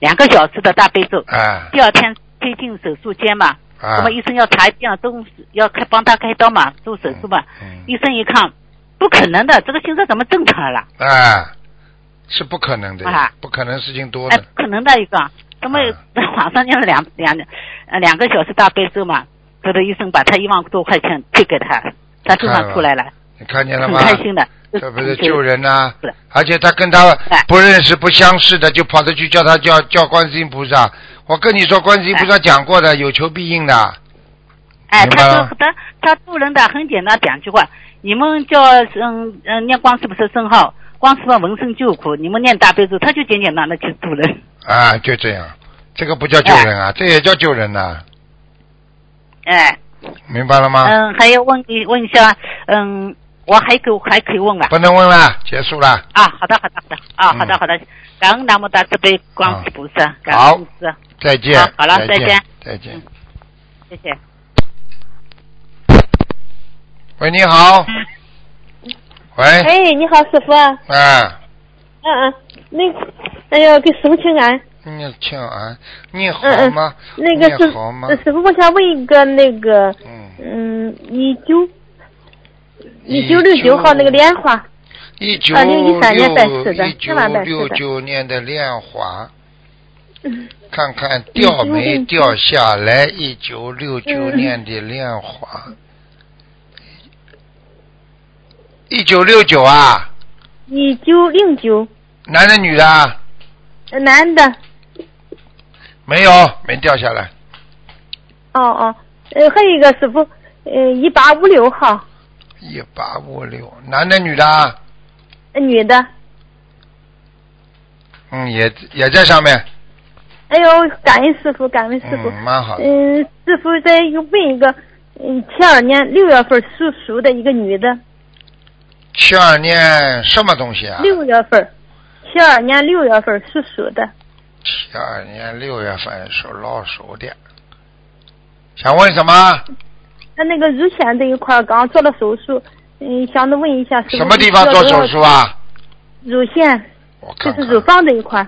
Speaker 6: 两个小时的大悲咒，
Speaker 1: 啊
Speaker 6: 第二天推进手术间嘛，我
Speaker 1: 啊
Speaker 6: 们医生要查一样东西，要开帮他开刀嘛，做手术嘛。
Speaker 1: 嗯
Speaker 6: 医生一看，不可能的，这个心脏怎么正常了？
Speaker 1: 啊，是不可能的
Speaker 6: 啊，
Speaker 1: 不可能事情多
Speaker 6: 哎，
Speaker 1: 的
Speaker 6: 不，可能的一个，怎么
Speaker 1: 嗯
Speaker 6: [LAUGHS] 晚上念了两两呃两个小时大悲咒嘛？这个医生把他一万多块钱退给他，他手上出来了，
Speaker 1: 你看见了
Speaker 6: 很
Speaker 1: 吗？
Speaker 6: 开心的。
Speaker 1: 哎这不是救人呐、
Speaker 6: 是的
Speaker 1: 而且他跟他
Speaker 6: 哎
Speaker 1: 不认识、不相识的，就跑着去叫他叫叫观世音菩萨。我跟你说，观世音菩萨讲过的，有求必应的。
Speaker 6: 哎，
Speaker 1: 明白
Speaker 6: 他
Speaker 1: 了
Speaker 6: 说他他做人的很简单，两句话，你们叫嗯嗯念观世菩萨圣号，观世菩萨闻声救苦，你们念大悲咒，他就简简单单去做人。
Speaker 1: 啊，就这样，这个不叫救人啊，这也叫救人呐、
Speaker 6: 哎，
Speaker 1: 明白了吗？
Speaker 6: 嗯，还要问一问一下，嗯，我还可还可以问啊吧？
Speaker 1: 不能问了，结束了。
Speaker 6: 啊，好的，好的，好的，啊，好的，
Speaker 1: 嗯啊
Speaker 6: 好的，感恩南无大慈悲观世菩萨，感
Speaker 1: 好
Speaker 6: 恩菩萨，
Speaker 1: 再见。
Speaker 6: 好好了
Speaker 1: 再
Speaker 6: 再见。
Speaker 1: 再见。
Speaker 6: 谢谢。
Speaker 1: 喂，你好。喂。
Speaker 7: 哎，你好，师傅。嗯
Speaker 1: 啊，
Speaker 7: 嗯，那，哎呦，给师傅请安。
Speaker 1: 你请安，你好
Speaker 7: 嗯
Speaker 1: 吗？
Speaker 7: 那个
Speaker 1: 你
Speaker 7: 师
Speaker 1: 好吗
Speaker 7: 呃？师傅，我想问一个那个，
Speaker 1: 嗯，
Speaker 7: 嗯，一九一九六九号那个莲花，
Speaker 1: 一九
Speaker 7: 2013年拜师的
Speaker 1: 一九
Speaker 7: 是吧拜
Speaker 1: 六
Speaker 7: 师的
Speaker 1: 九年的莲花，
Speaker 7: 嗯
Speaker 1: 看看掉没
Speaker 7: 1969
Speaker 1: 掉下来。一九六九年的莲花，一九六九啊，
Speaker 7: 一九零九，
Speaker 1: 男的女的啊？
Speaker 7: 呃男的。
Speaker 1: 没有，没掉下来。
Speaker 7: 哦哦，呃，还有一个师傅，呃，一八五六号，
Speaker 1: 一八五六，男的女的啊？
Speaker 7: 呃女的。
Speaker 1: 嗯，也也在上面。
Speaker 7: 哎呦，感恩师傅，感恩师傅
Speaker 1: 嗯。，蛮好的。
Speaker 7: 嗯，师傅再问一个，嗯，七二年六月份属鼠的一个女的。
Speaker 1: 七二年什么东西啊？
Speaker 7: 六月份儿，七二年六月份儿属鼠的，
Speaker 1: 七二年六月份属老鼠的，想问什么？
Speaker 7: 他那个乳腺这一块儿刚做了手术，嗯，想着问一下是
Speaker 1: 什么地方做手术？啊？
Speaker 7: 乳腺
Speaker 1: 我
Speaker 7: 就
Speaker 1: 看
Speaker 7: 是
Speaker 1: 看
Speaker 7: 乳房这一块儿，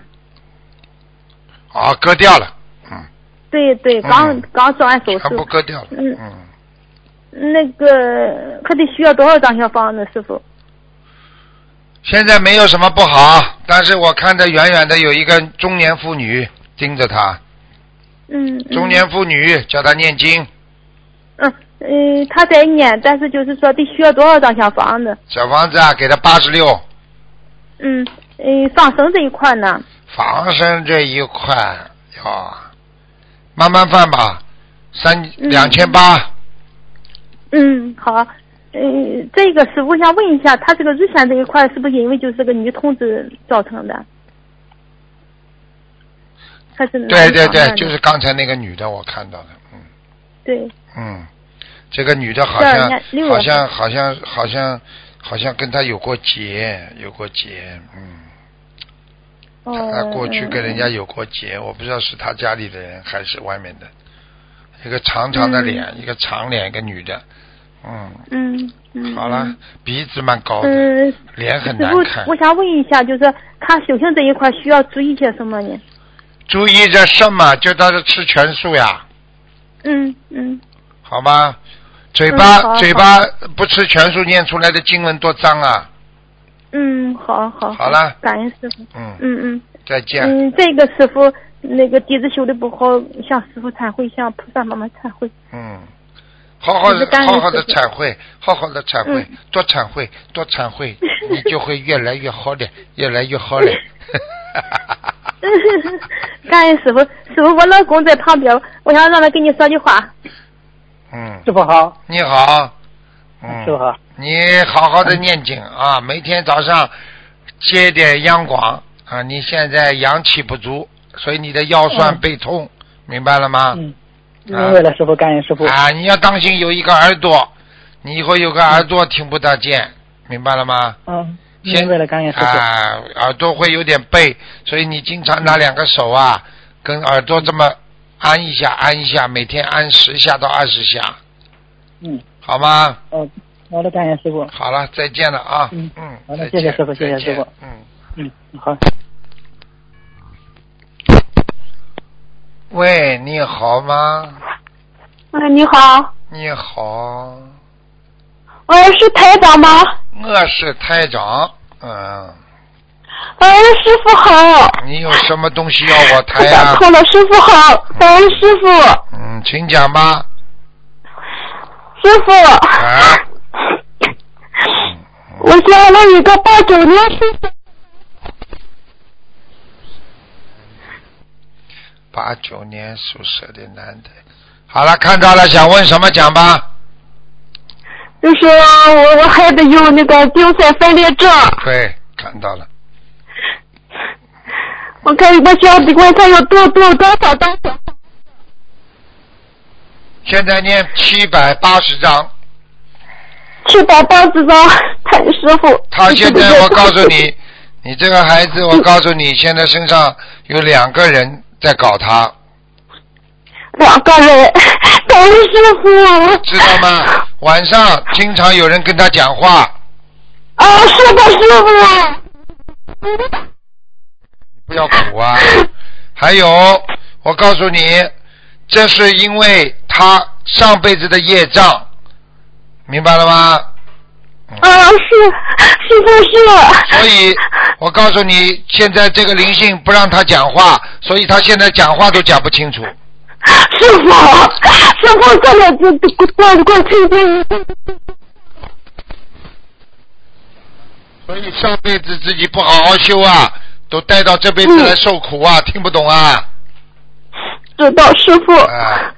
Speaker 1: 啊，割掉了，嗯，
Speaker 7: 对对，刚、
Speaker 1: 嗯
Speaker 7: 刚做完手
Speaker 1: 全部
Speaker 7: 术，
Speaker 1: 割掉了，
Speaker 7: 嗯
Speaker 1: 嗯，
Speaker 7: 那个还得需要多少张小房子，师傅？
Speaker 1: 现在没有什么不好，但是我看着远远的有一个中年妇女盯着她，
Speaker 7: 嗯，嗯
Speaker 1: 中年妇女叫她念经，
Speaker 7: 嗯嗯，他在念，但是就是说得需要多少张小房子？
Speaker 1: 小房子啊，给她八十六，
Speaker 7: 嗯嗯，放生这一块儿呢？
Speaker 1: 防身这一块要慢慢放吧，三
Speaker 7: 嗯
Speaker 1: 两千八，
Speaker 7: 嗯，好。嗯，这个师傅想问一下，他这个乳腺这一块儿是不是因为就是个女同志造成的？还是男
Speaker 1: 对对
Speaker 7: 方
Speaker 1: 对
Speaker 7: 面，的
Speaker 1: 就是刚才那个女的，我看到的，嗯。
Speaker 7: 对，
Speaker 1: 嗯，这个女的好
Speaker 7: 对
Speaker 1: 像
Speaker 7: 人家六月
Speaker 1: 好
Speaker 7: 份
Speaker 1: 像好像好像好像跟他有过结，有过结，嗯，
Speaker 7: 哦，
Speaker 1: 他过去跟人家有过结，我不知道是他家里的人还是外面的，一个长长的脸，一个长脸，一个女的，嗯，
Speaker 7: 嗯嗯，
Speaker 1: 好了，鼻子蛮高的，
Speaker 7: 嗯，
Speaker 1: 脸
Speaker 7: 师
Speaker 1: 很难看
Speaker 7: 傅，我，想问一下，就是他修行这一块需要注意些什么呢？
Speaker 1: 注意这什么，就当是吃全素呀，
Speaker 7: 嗯嗯，
Speaker 1: 好吗？嘴
Speaker 7: 嗯好
Speaker 1: 巴
Speaker 7: 好
Speaker 1: 嘴巴不吃全素，念出来的经文多脏啊！
Speaker 7: 嗯，好好
Speaker 1: 好了
Speaker 7: 感恩师傅，
Speaker 1: 嗯，
Speaker 7: 嗯嗯
Speaker 1: 再见。
Speaker 7: 嗯，这个师傅那个弟子修的不好，向师傅忏悔，向菩萨妈妈忏悔，
Speaker 1: 嗯，好好
Speaker 7: 你是嗯
Speaker 1: 的，
Speaker 7: 干
Speaker 1: 好好的
Speaker 7: 的事情
Speaker 1: 忏悔，好好的忏悔，多忏悔，多忏悔，你就会越来越好的，越来越好 [LAUGHS] 的。
Speaker 7: [LAUGHS] 感恩师傅，师傅我老公在旁边，我想让他跟你说句话，
Speaker 1: 嗯，
Speaker 8: 师傅好，
Speaker 1: 你好，嗯，
Speaker 8: 师傅好，嗯
Speaker 1: 你好好的念经啊，每天早上接点央广啊。你现在阳气不足，所以你的腰酸
Speaker 8: 嗯
Speaker 1: 背痛，明白了吗？
Speaker 8: 嗯，明白了，师傅，感恩师傅，
Speaker 1: 啊，你要当心有一个耳朵，你以后有个耳朵听不大见，明白了吗？
Speaker 8: 嗯，
Speaker 1: 先
Speaker 8: 明白了，感恩师傅，
Speaker 1: 啊，耳朵会有点背，所以你经常拿两个手啊，跟耳朵这么按一下，按一下，每天按十下到二十下，
Speaker 8: 嗯，
Speaker 1: 好吗？
Speaker 8: 哦，好的，感恩师傅，
Speaker 1: 好了，再见了啊。
Speaker 8: 嗯
Speaker 1: 嗯，
Speaker 8: 好的
Speaker 1: 再见
Speaker 8: 谢谢师傅谢谢
Speaker 1: 再见
Speaker 8: 师傅
Speaker 1: 嗯，
Speaker 8: 嗯，好，
Speaker 1: 喂，你好吗？
Speaker 5: 嗯，你好，哎
Speaker 1: 你好，
Speaker 5: 喂，是台长吗？
Speaker 1: 我是台长。嗯，
Speaker 5: 喂，师傅好，
Speaker 1: 你有什么东西要我
Speaker 5: 我
Speaker 1: 谈呀、
Speaker 5: 打错了，师傅好，感恩师傅，
Speaker 1: 嗯，请讲吧。
Speaker 5: 师傅。
Speaker 1: 啊，嗯
Speaker 5: 我交了一个八九年的，
Speaker 1: 八九年属蛇的男的。好了，看到了，想问什么讲吧。
Speaker 5: 就是我我孩子有那个精神分裂症，
Speaker 1: 对，看到了。
Speaker 5: 我看一个小子问他有多多多少多少，
Speaker 1: 现在念七百八十章，
Speaker 5: 七百八十张，谭师傅。
Speaker 1: 他现在我告诉 [LAUGHS] 你，你这个孩子，我告诉你，现在身上有两个人在搞他，
Speaker 5: 两个 [LAUGHS] 人，谭师傅。
Speaker 1: 知道吗？晚上经常有人跟他讲话，
Speaker 4: 哦
Speaker 5: 啊，是的，师傅。
Speaker 1: 不要
Speaker 5: 哦
Speaker 1: 苦啊。还有，我告诉你，这是因为他上辈子的业障，明白了吗？
Speaker 5: 啊，是，师傅
Speaker 1: [LAUGHS]
Speaker 5: 是。
Speaker 1: 所以，我告诉你，现在这个灵性不让他讲话，所以他现在讲话都讲不清楚。
Speaker 5: 师傅，师傅真的这这过过去这。
Speaker 1: 所以上辈子自己不好好修啊，都带到这辈子来受苦啊，
Speaker 5: 嗯
Speaker 1: 听不懂啊！
Speaker 5: 知道师傅。
Speaker 1: 啊，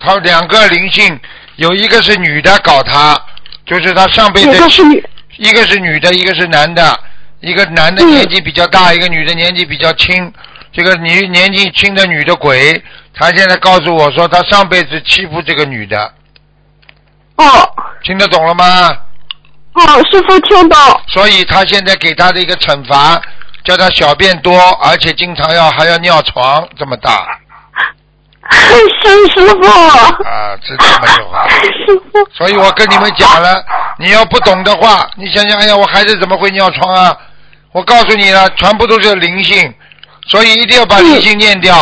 Speaker 1: 他两个灵性，有一个是女的搞他，就是他上辈
Speaker 5: 一
Speaker 1: 子
Speaker 5: 个是女，
Speaker 1: 一个是女的，一个是男的，一个男的
Speaker 5: 嗯
Speaker 1: 年纪比较大，一个女的年纪比较轻。这个女年纪轻的女的鬼，她现在告诉我说，她上辈子欺负这个女的，
Speaker 5: 哦，
Speaker 1: 听得懂了吗？
Speaker 5: 哦，师傅听到，
Speaker 1: 所以她现在给她的一个惩罚，叫她小便多，而且经常要还要尿床这么大。
Speaker 5: 是师傅。
Speaker 1: 啊，知道了就好。
Speaker 5: 师傅，
Speaker 1: 所以我跟你们讲了，你要不懂的话，你想想，哎呀，我孩子怎么会尿床啊？我告诉你了，全部都是灵性，所以一定要把灵性念掉，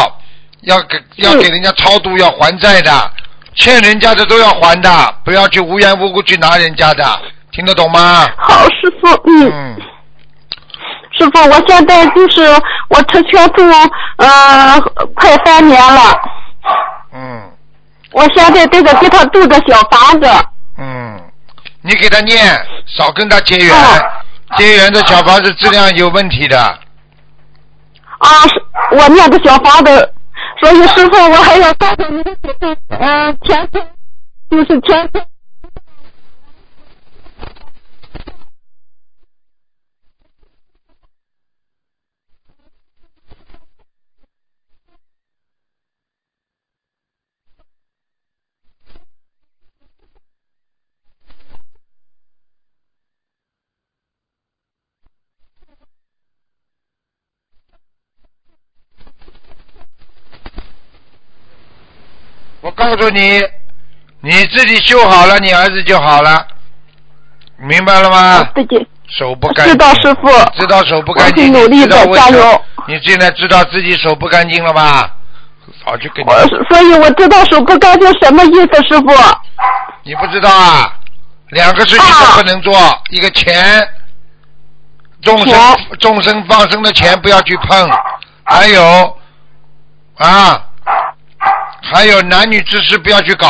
Speaker 1: 要给要给人家超度，要还债的，欠人家的都要还的，不要去无缘无故去拿人家的，听得懂吗？
Speaker 5: 好，师傅，嗯，
Speaker 1: 嗯，
Speaker 5: 师傅，我现在就是我吃全素，呃，快三年了，
Speaker 1: 嗯，
Speaker 5: 我现在这个给他住的小房子，
Speaker 1: 嗯，你给他念，少跟他结缘
Speaker 5: 哦，
Speaker 1: 结缘的小房子质量有问题的。
Speaker 5: 啊，是我念的小房子，所以师傅，我还要告诉您的就是，嗯，前天就是前天。
Speaker 1: 我告诉你，你自己修好了，你儿子就好了，明白了吗？
Speaker 5: 自己
Speaker 1: 手不干净。
Speaker 5: 啊知道师傅
Speaker 1: 啊知道手不干净，
Speaker 5: 我会努力的
Speaker 1: 你知道为什么
Speaker 5: 加油。
Speaker 1: 你现在知道自己手不干净了吧？早就跟你，
Speaker 5: 所以我知道手不干净什么意思，师傅。
Speaker 1: 你不知道啊？两个事情都不能做，一个钱，众生众生放生的钱不要去碰，还有啊，还有男女之事不要去搞，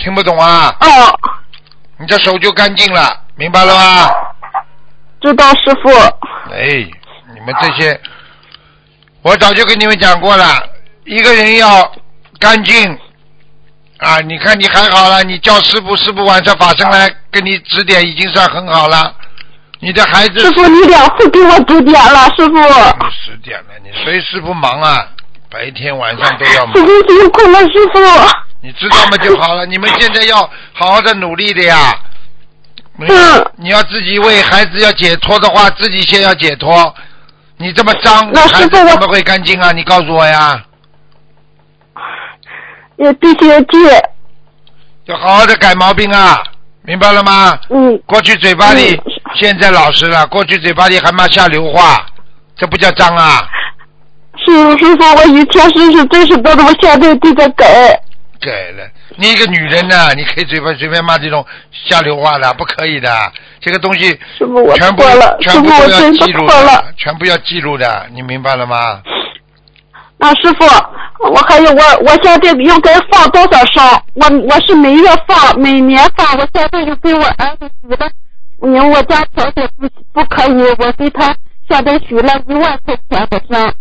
Speaker 1: 听不懂啊？
Speaker 5: 哦，
Speaker 1: 你这手就干净了，明白了吗？
Speaker 5: 知道师傅。
Speaker 1: 哎，你们这些，我早就跟你们讲过了，一个人要干净啊！你看你还好了，你叫师傅，师傅晚上法身来给你指点，已经算很好了。你的孩子
Speaker 5: 师傅，你两次给我指点了，师傅，
Speaker 1: 十点了，你随师傅忙啊，白天晚上嗯都要忙
Speaker 5: 师。傅辛苦了，师傅。
Speaker 1: 你知道吗就好了。你们现在要好好的努力的呀。你
Speaker 5: 嗯
Speaker 1: 你要自己为孩子要解脱的话，自己先要解脱。你这么脏，
Speaker 5: 那
Speaker 1: 孩
Speaker 5: 师
Speaker 1: 子
Speaker 5: 傅我
Speaker 1: 怎么会干净啊？你告诉我呀，
Speaker 5: 也必须戒，
Speaker 1: 要好好的改毛病啊，明白了吗？
Speaker 5: 嗯。
Speaker 1: 过去嘴巴里，现在老实了。过去嘴巴里还骂下流话，这不叫脏啊！
Speaker 5: 是师傅，我以前是是真是不懂，现在对着改。
Speaker 1: 改了，你一个女人呢、你可以嘴巴随便骂这种下流话的，不可以的。这个东西
Speaker 5: 师傅，我
Speaker 1: 全部
Speaker 5: 错了，师
Speaker 1: 全
Speaker 5: 傅，
Speaker 1: 部都
Speaker 5: 我
Speaker 1: 要
Speaker 5: 真的
Speaker 1: 记录
Speaker 5: 错了。
Speaker 1: 的，全部要记录的，你明白了吗？
Speaker 5: 那师傅，我还有我，我现在应该放多少烧？我我是每月放，每年放。我现在就给我儿子许了，因为嗯我家条件不不可以，我给他现在许了一万块钱的香。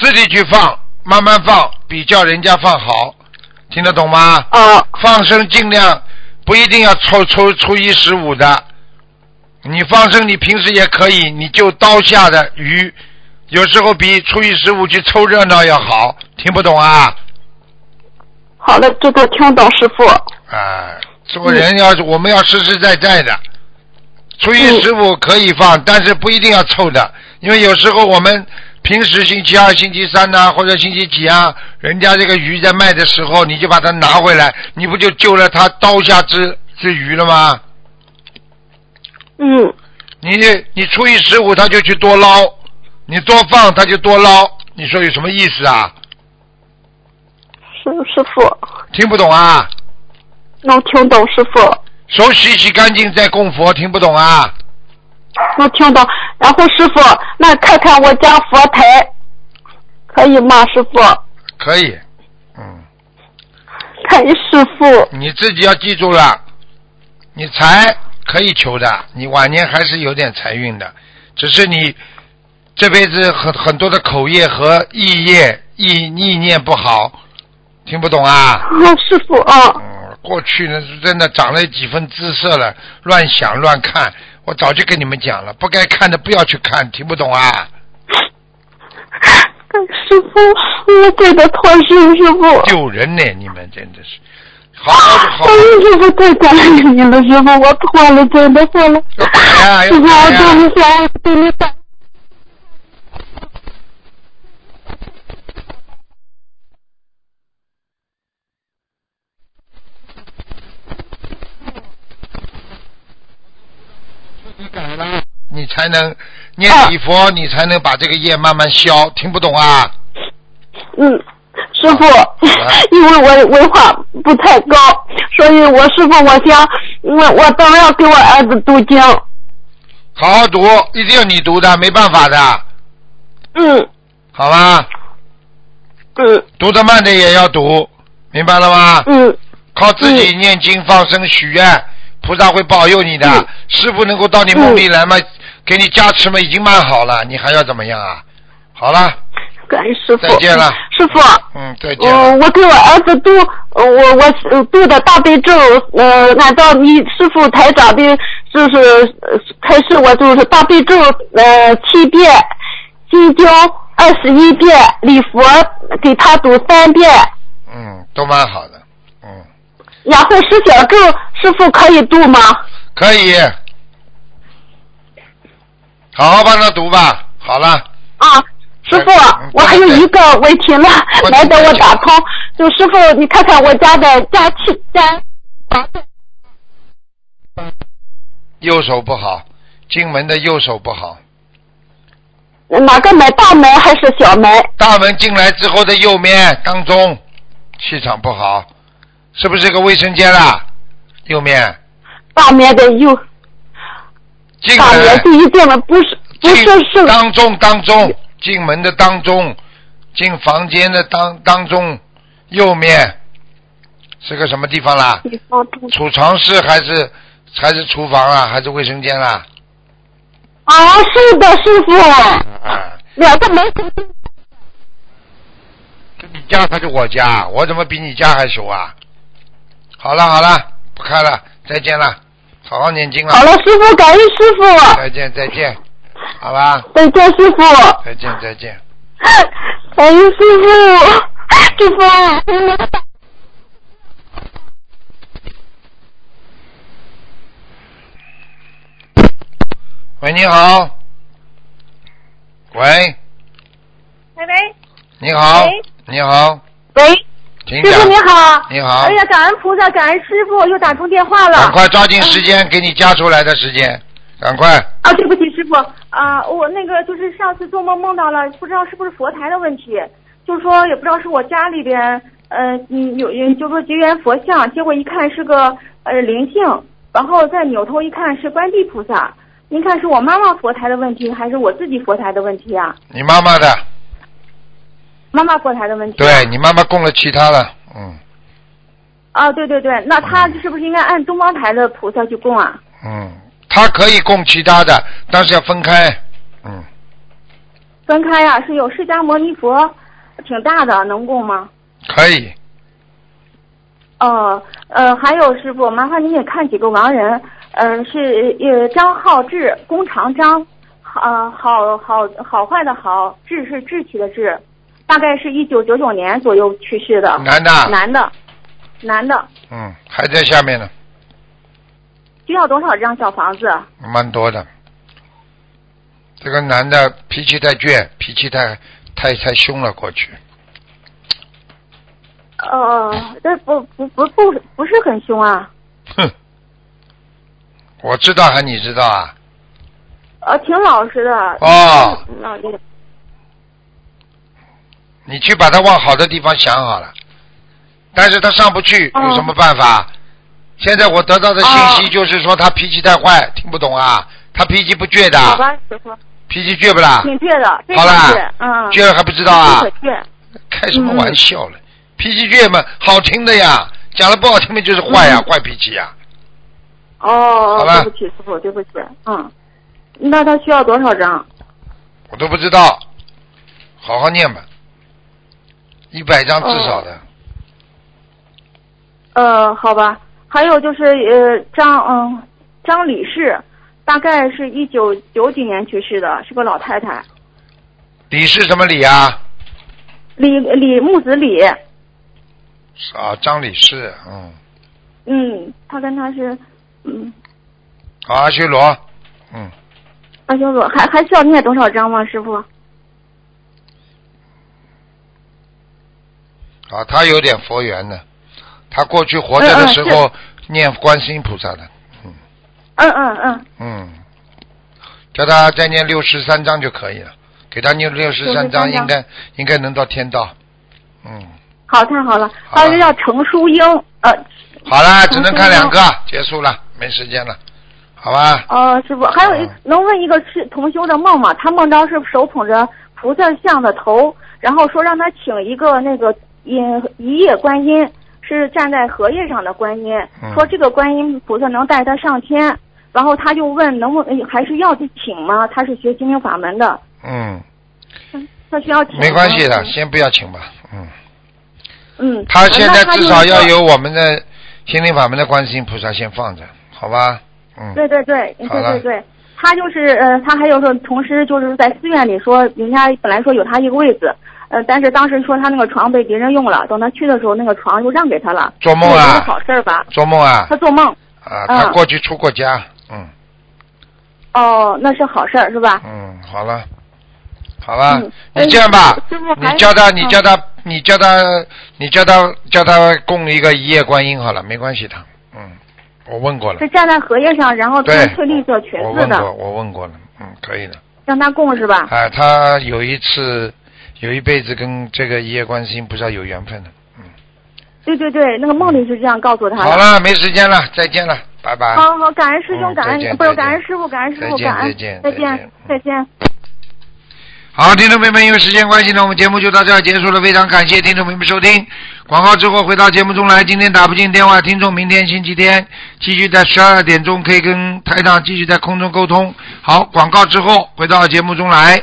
Speaker 1: 自己去放，慢慢放，比叫人家放好，听得懂吗？
Speaker 5: 啊，
Speaker 1: 放生尽量不一定要抽抽初一十五的，你放生你平时也可以，你就刀下的鱼，有时候比初一十五去凑热闹要好，听不懂啊？
Speaker 5: 好了，这个听懂师傅。
Speaker 1: 啊，做人要、我们要实实在在的。初一十五可以放，但是不一定要凑的，因为有时候我们平时星期二、星期三呐、或者星期几啊，人家这个鱼在卖的时候，你就把它拿回来，你不就救了他刀下之之鱼了吗？
Speaker 5: 嗯，
Speaker 1: 你你初一十五他就去多捞，你多放他就多捞，你说有什么意思啊？
Speaker 5: 师师傅
Speaker 1: 听不懂啊？
Speaker 5: 能听懂师傅。
Speaker 1: 手洗洗干净再供佛，听不懂啊？
Speaker 5: 能听懂。然后师傅，那看看我家佛台，可以吗？师傅，
Speaker 1: 可以，
Speaker 5: 看师傅，
Speaker 1: 你自己要记住了，你财可以求的，你晚年还是有点财运的，只是你这辈子很很多的口业和意业意意念不好，听不懂啊？嗯
Speaker 5: 啊，师傅啊，
Speaker 1: 过去呢是真的长了几分姿色了，乱想乱看，我早就跟你们讲了，不该看的不要去看，听不懂啊？
Speaker 5: 师傅，我对的错，师傅，师傅，
Speaker 1: 丢人呢，你们真的是，好好的好
Speaker 5: 哎，师傅太感恩你了，师傅，我错了，真的错了，
Speaker 1: 哎呀，
Speaker 5: 师傅，我对你说，我对你感。
Speaker 1: 改了，你才能念礼
Speaker 5: 啊
Speaker 1: 佛，你才能把这个业慢慢消，听不懂啊？
Speaker 5: 嗯，师傅， [LAUGHS] 因为我文化不太高，所以我师傅，我想，我我当然要给我儿子读经。
Speaker 1: 好好读，一定要你读的，没办法的，
Speaker 5: 嗯
Speaker 1: 好吧？
Speaker 5: 嗯。
Speaker 1: 读得慢的也要读，明白了吗？
Speaker 5: 嗯。
Speaker 1: 靠自己念经、放生、许愿，菩萨会保佑你的。
Speaker 5: 嗯
Speaker 1: 师傅能够到你梦里来嘛，给你加持嘛，已经蛮好了，你还要怎么样啊？好了，
Speaker 5: 感恩师傅。
Speaker 1: 再见了
Speaker 5: 师傅。
Speaker 1: 嗯，再见。
Speaker 5: 嗯，我给我儿子读，呃我我呃读的大悲咒，呃，按照你师傅台长的，就是呃开始我就是大悲咒，呃，七遍，心经二十一遍，礼佛给他读三遍，
Speaker 1: 嗯，都蛮好的，嗯
Speaker 5: 然后十小咒师傅可以读吗？
Speaker 1: 可以。好好帮他读吧。好了。嗯
Speaker 5: 啊，师傅，我还有一个问题了，难嗯得我打通，就师傅你看看我家的家气家。
Speaker 1: 右手不好，进门的右手不好，
Speaker 9: 哪个门？大门还是小门？
Speaker 1: 大门进来之后的右面当中气场不好，是不是个卫生间啦？右面
Speaker 9: 大门的右，
Speaker 1: 进
Speaker 9: 大
Speaker 1: 来
Speaker 9: 门第一间门不是不
Speaker 1: 进
Speaker 9: 是是
Speaker 1: 当中当中进门的当中，进房间的当当中右面是个什么地方啦？
Speaker 2: 地方住
Speaker 1: 储藏室还是还是厨房啊，还是卫生间啦？
Speaker 9: 啊，是的，师傅，
Speaker 1: 啊，
Speaker 9: 两个门口
Speaker 1: 你家还是我家？我怎么比你家还熟啊？好了好了，不看了，再见了，好好念经了。
Speaker 9: 好了，师傅，感恩师傅，
Speaker 1: 再见再见，好吧，
Speaker 9: 再见，师傅， [LAUGHS]
Speaker 1: 再见再见。
Speaker 9: 感恩师傅， [LAUGHS] 师傅。
Speaker 1: 喂，你好。喂，
Speaker 5: 喂喂
Speaker 1: 你好
Speaker 5: 喂，
Speaker 1: 你好，
Speaker 5: 喂，
Speaker 1: 请
Speaker 5: 师
Speaker 1: 讲。
Speaker 5: 傅你好，
Speaker 1: 你好
Speaker 5: 哎，呀，感恩菩萨，感恩师傅，又打通电话了。
Speaker 1: 赶快抓紧时间，给你加出来的时间，赶快。
Speaker 5: 啊，对不起，师傅啊、我那个就是上次做梦梦到了，不知道是不是佛台的问题，就是说也不知道是我家里边，呃，嗯，有有就说结缘佛像，结果一看是个呃灵性，然后再扭头一看是观地菩萨，您看是我妈妈佛台的问题，还是我自己佛台的问题啊？
Speaker 1: 你妈妈的，
Speaker 5: 妈妈佛台的问题。
Speaker 1: 对你妈妈供了其他了，嗯
Speaker 5: 啊，对对对，那他是不是应该按东方台的菩萨去供啊？
Speaker 1: 嗯，她可以供其他的，但是要分开。嗯，
Speaker 5: 分开呀、是有释迦牟尼佛，挺大的，能供吗？
Speaker 1: 可以。
Speaker 5: 哦，呃，还有师傅，麻烦您给看几个亡人，呃，是呃张浩志，弓长张，呃，好好好坏的好，志是志气的志，大概是一九九九年左右去世的，
Speaker 1: 男的啊
Speaker 5: 男的，男的，
Speaker 1: 嗯，还在下面呢，
Speaker 5: 需要多少张小房子？
Speaker 1: 蛮多的。这个男的脾气太倔，脾气太太太凶了，过去。
Speaker 5: 呃，这不不不不不是很凶啊，
Speaker 1: 哼，我知道还你知道啊？
Speaker 5: 呃，挺老实的。
Speaker 1: 哦
Speaker 5: 嗯，那也
Speaker 1: 你去把他往好的地方想好了，但是他上不去，
Speaker 5: 哦
Speaker 1: 有什么办法？现在我得到的信息就是说他脾气太坏，听不懂啊？他脾气不倔的，
Speaker 5: 好吧，师傅。
Speaker 1: 脾气倔不啦？
Speaker 5: 挺倔的，非
Speaker 1: 好
Speaker 5: 常
Speaker 1: 啦
Speaker 5: 倔，嗯。
Speaker 1: 倔还不知道啊
Speaker 5: 可倔。
Speaker 1: 开什么
Speaker 5: 嗯
Speaker 1: 玩笑了？脾气倔嘛，好听的呀，讲的不好听的就是坏
Speaker 5: 嗯
Speaker 1: 呀，坏脾气啊呀。
Speaker 5: 哦，
Speaker 1: 好了
Speaker 5: 对不起，师傅，对不起，嗯。那他需要多少张？
Speaker 1: 我都不知道，好好念吧，一百张至
Speaker 5: 哦
Speaker 1: 少的。
Speaker 5: 呃，好吧。还有就是呃，张嗯张女士，大概是一九九几年去世的，是个老太太。
Speaker 1: 李是什么李啊？
Speaker 5: 李李木子李，
Speaker 1: 是啊，张李是，嗯，
Speaker 5: 嗯，她跟他是嗯
Speaker 1: 好，阿修罗，嗯，
Speaker 5: 阿修罗，哎还还需要念多少张吗，师傅？
Speaker 1: 啊，他有点佛缘的，他过去活着的时候
Speaker 5: 嗯
Speaker 1: 念观世音菩萨的，
Speaker 5: 嗯嗯嗯，
Speaker 1: 嗯，叫他再念六十三章就可以了，给他念六十三章，
Speaker 5: 63章
Speaker 1: 应该应该能到天道，嗯，
Speaker 5: 好，太好了。还有一个叫程淑英，呃
Speaker 1: 好啦，只能看两个
Speaker 5: 63，
Speaker 1: 结束了，没时间了，好吧，嗯
Speaker 5: 哦，师傅，还有一能问一个是同修的梦吗？他梦到是手捧着菩萨像的头，然后说让他请一个那个一一夜观音，是站在荷叶上的观音，
Speaker 1: 嗯
Speaker 5: 说这个观音菩萨能带他上天。然后他就问能不能还是要去请吗？他是学心灵法门的，
Speaker 1: 嗯，
Speaker 5: 他需要请吗。
Speaker 1: 没关系的，先不要请吧，嗯，
Speaker 5: 嗯。
Speaker 1: 他现在
Speaker 5: 那就
Speaker 1: 至少要有我们的心灵法门的观世音菩萨先放着，好吧，嗯。
Speaker 5: 对对对，对
Speaker 1: 好了
Speaker 5: 对对，他就是呃，他还有说，同时就是在寺院里说，人家本来说有他一个位子，呃，但是当时说他那个床被别人用了，等他去的时候，那个床又让给他了。
Speaker 1: 做梦啊
Speaker 5: 这也不是好事儿吧？
Speaker 1: 做梦啊
Speaker 5: 他做梦，
Speaker 1: 啊，他
Speaker 5: 嗯
Speaker 1: 过去出过家，嗯
Speaker 5: 哦，那是好事儿是吧？
Speaker 1: 嗯，好了，好了，
Speaker 5: 嗯
Speaker 1: 你这样吧
Speaker 5: 师傅，
Speaker 1: 你
Speaker 5: 还
Speaker 1: 叫他，你
Speaker 5: 嗯
Speaker 1: 叫他，你叫他，你叫他，叫他供一个一夜观音好了，没关系的，嗯，我问过了
Speaker 7: 是，站在荷叶上，然后
Speaker 1: 对
Speaker 7: 穿翠绿色裙
Speaker 1: 我
Speaker 7: 子
Speaker 1: 问过，
Speaker 7: 的，
Speaker 1: 我问过了，嗯，可以的。
Speaker 7: 让他供是吧？
Speaker 1: 啊，他有一次有一辈子跟这个一夜观世音菩萨有缘分的。
Speaker 7: 对对对，那个梦里是这样告诉他的。
Speaker 1: 好了，没时间了，再见了，拜拜。
Speaker 7: 好好，感恩师兄，
Speaker 1: 嗯
Speaker 7: 感
Speaker 1: 再见
Speaker 7: 恩不是
Speaker 1: 再见
Speaker 7: 感恩师傅，感恩师
Speaker 1: 再
Speaker 7: 傅，
Speaker 1: 见
Speaker 7: 感恩
Speaker 1: 再见
Speaker 7: 再
Speaker 1: 再
Speaker 7: 见再见。
Speaker 1: 好，听众朋友们，因为时间关系呢，我们节目就到这儿结束了。非常感谢听众朋友们收听。广告之后回到节目中来，今天打不进电话，听众明天星期天继续在十二点钟可以跟台长继续在空中沟通。好，广告之后回到节目中来。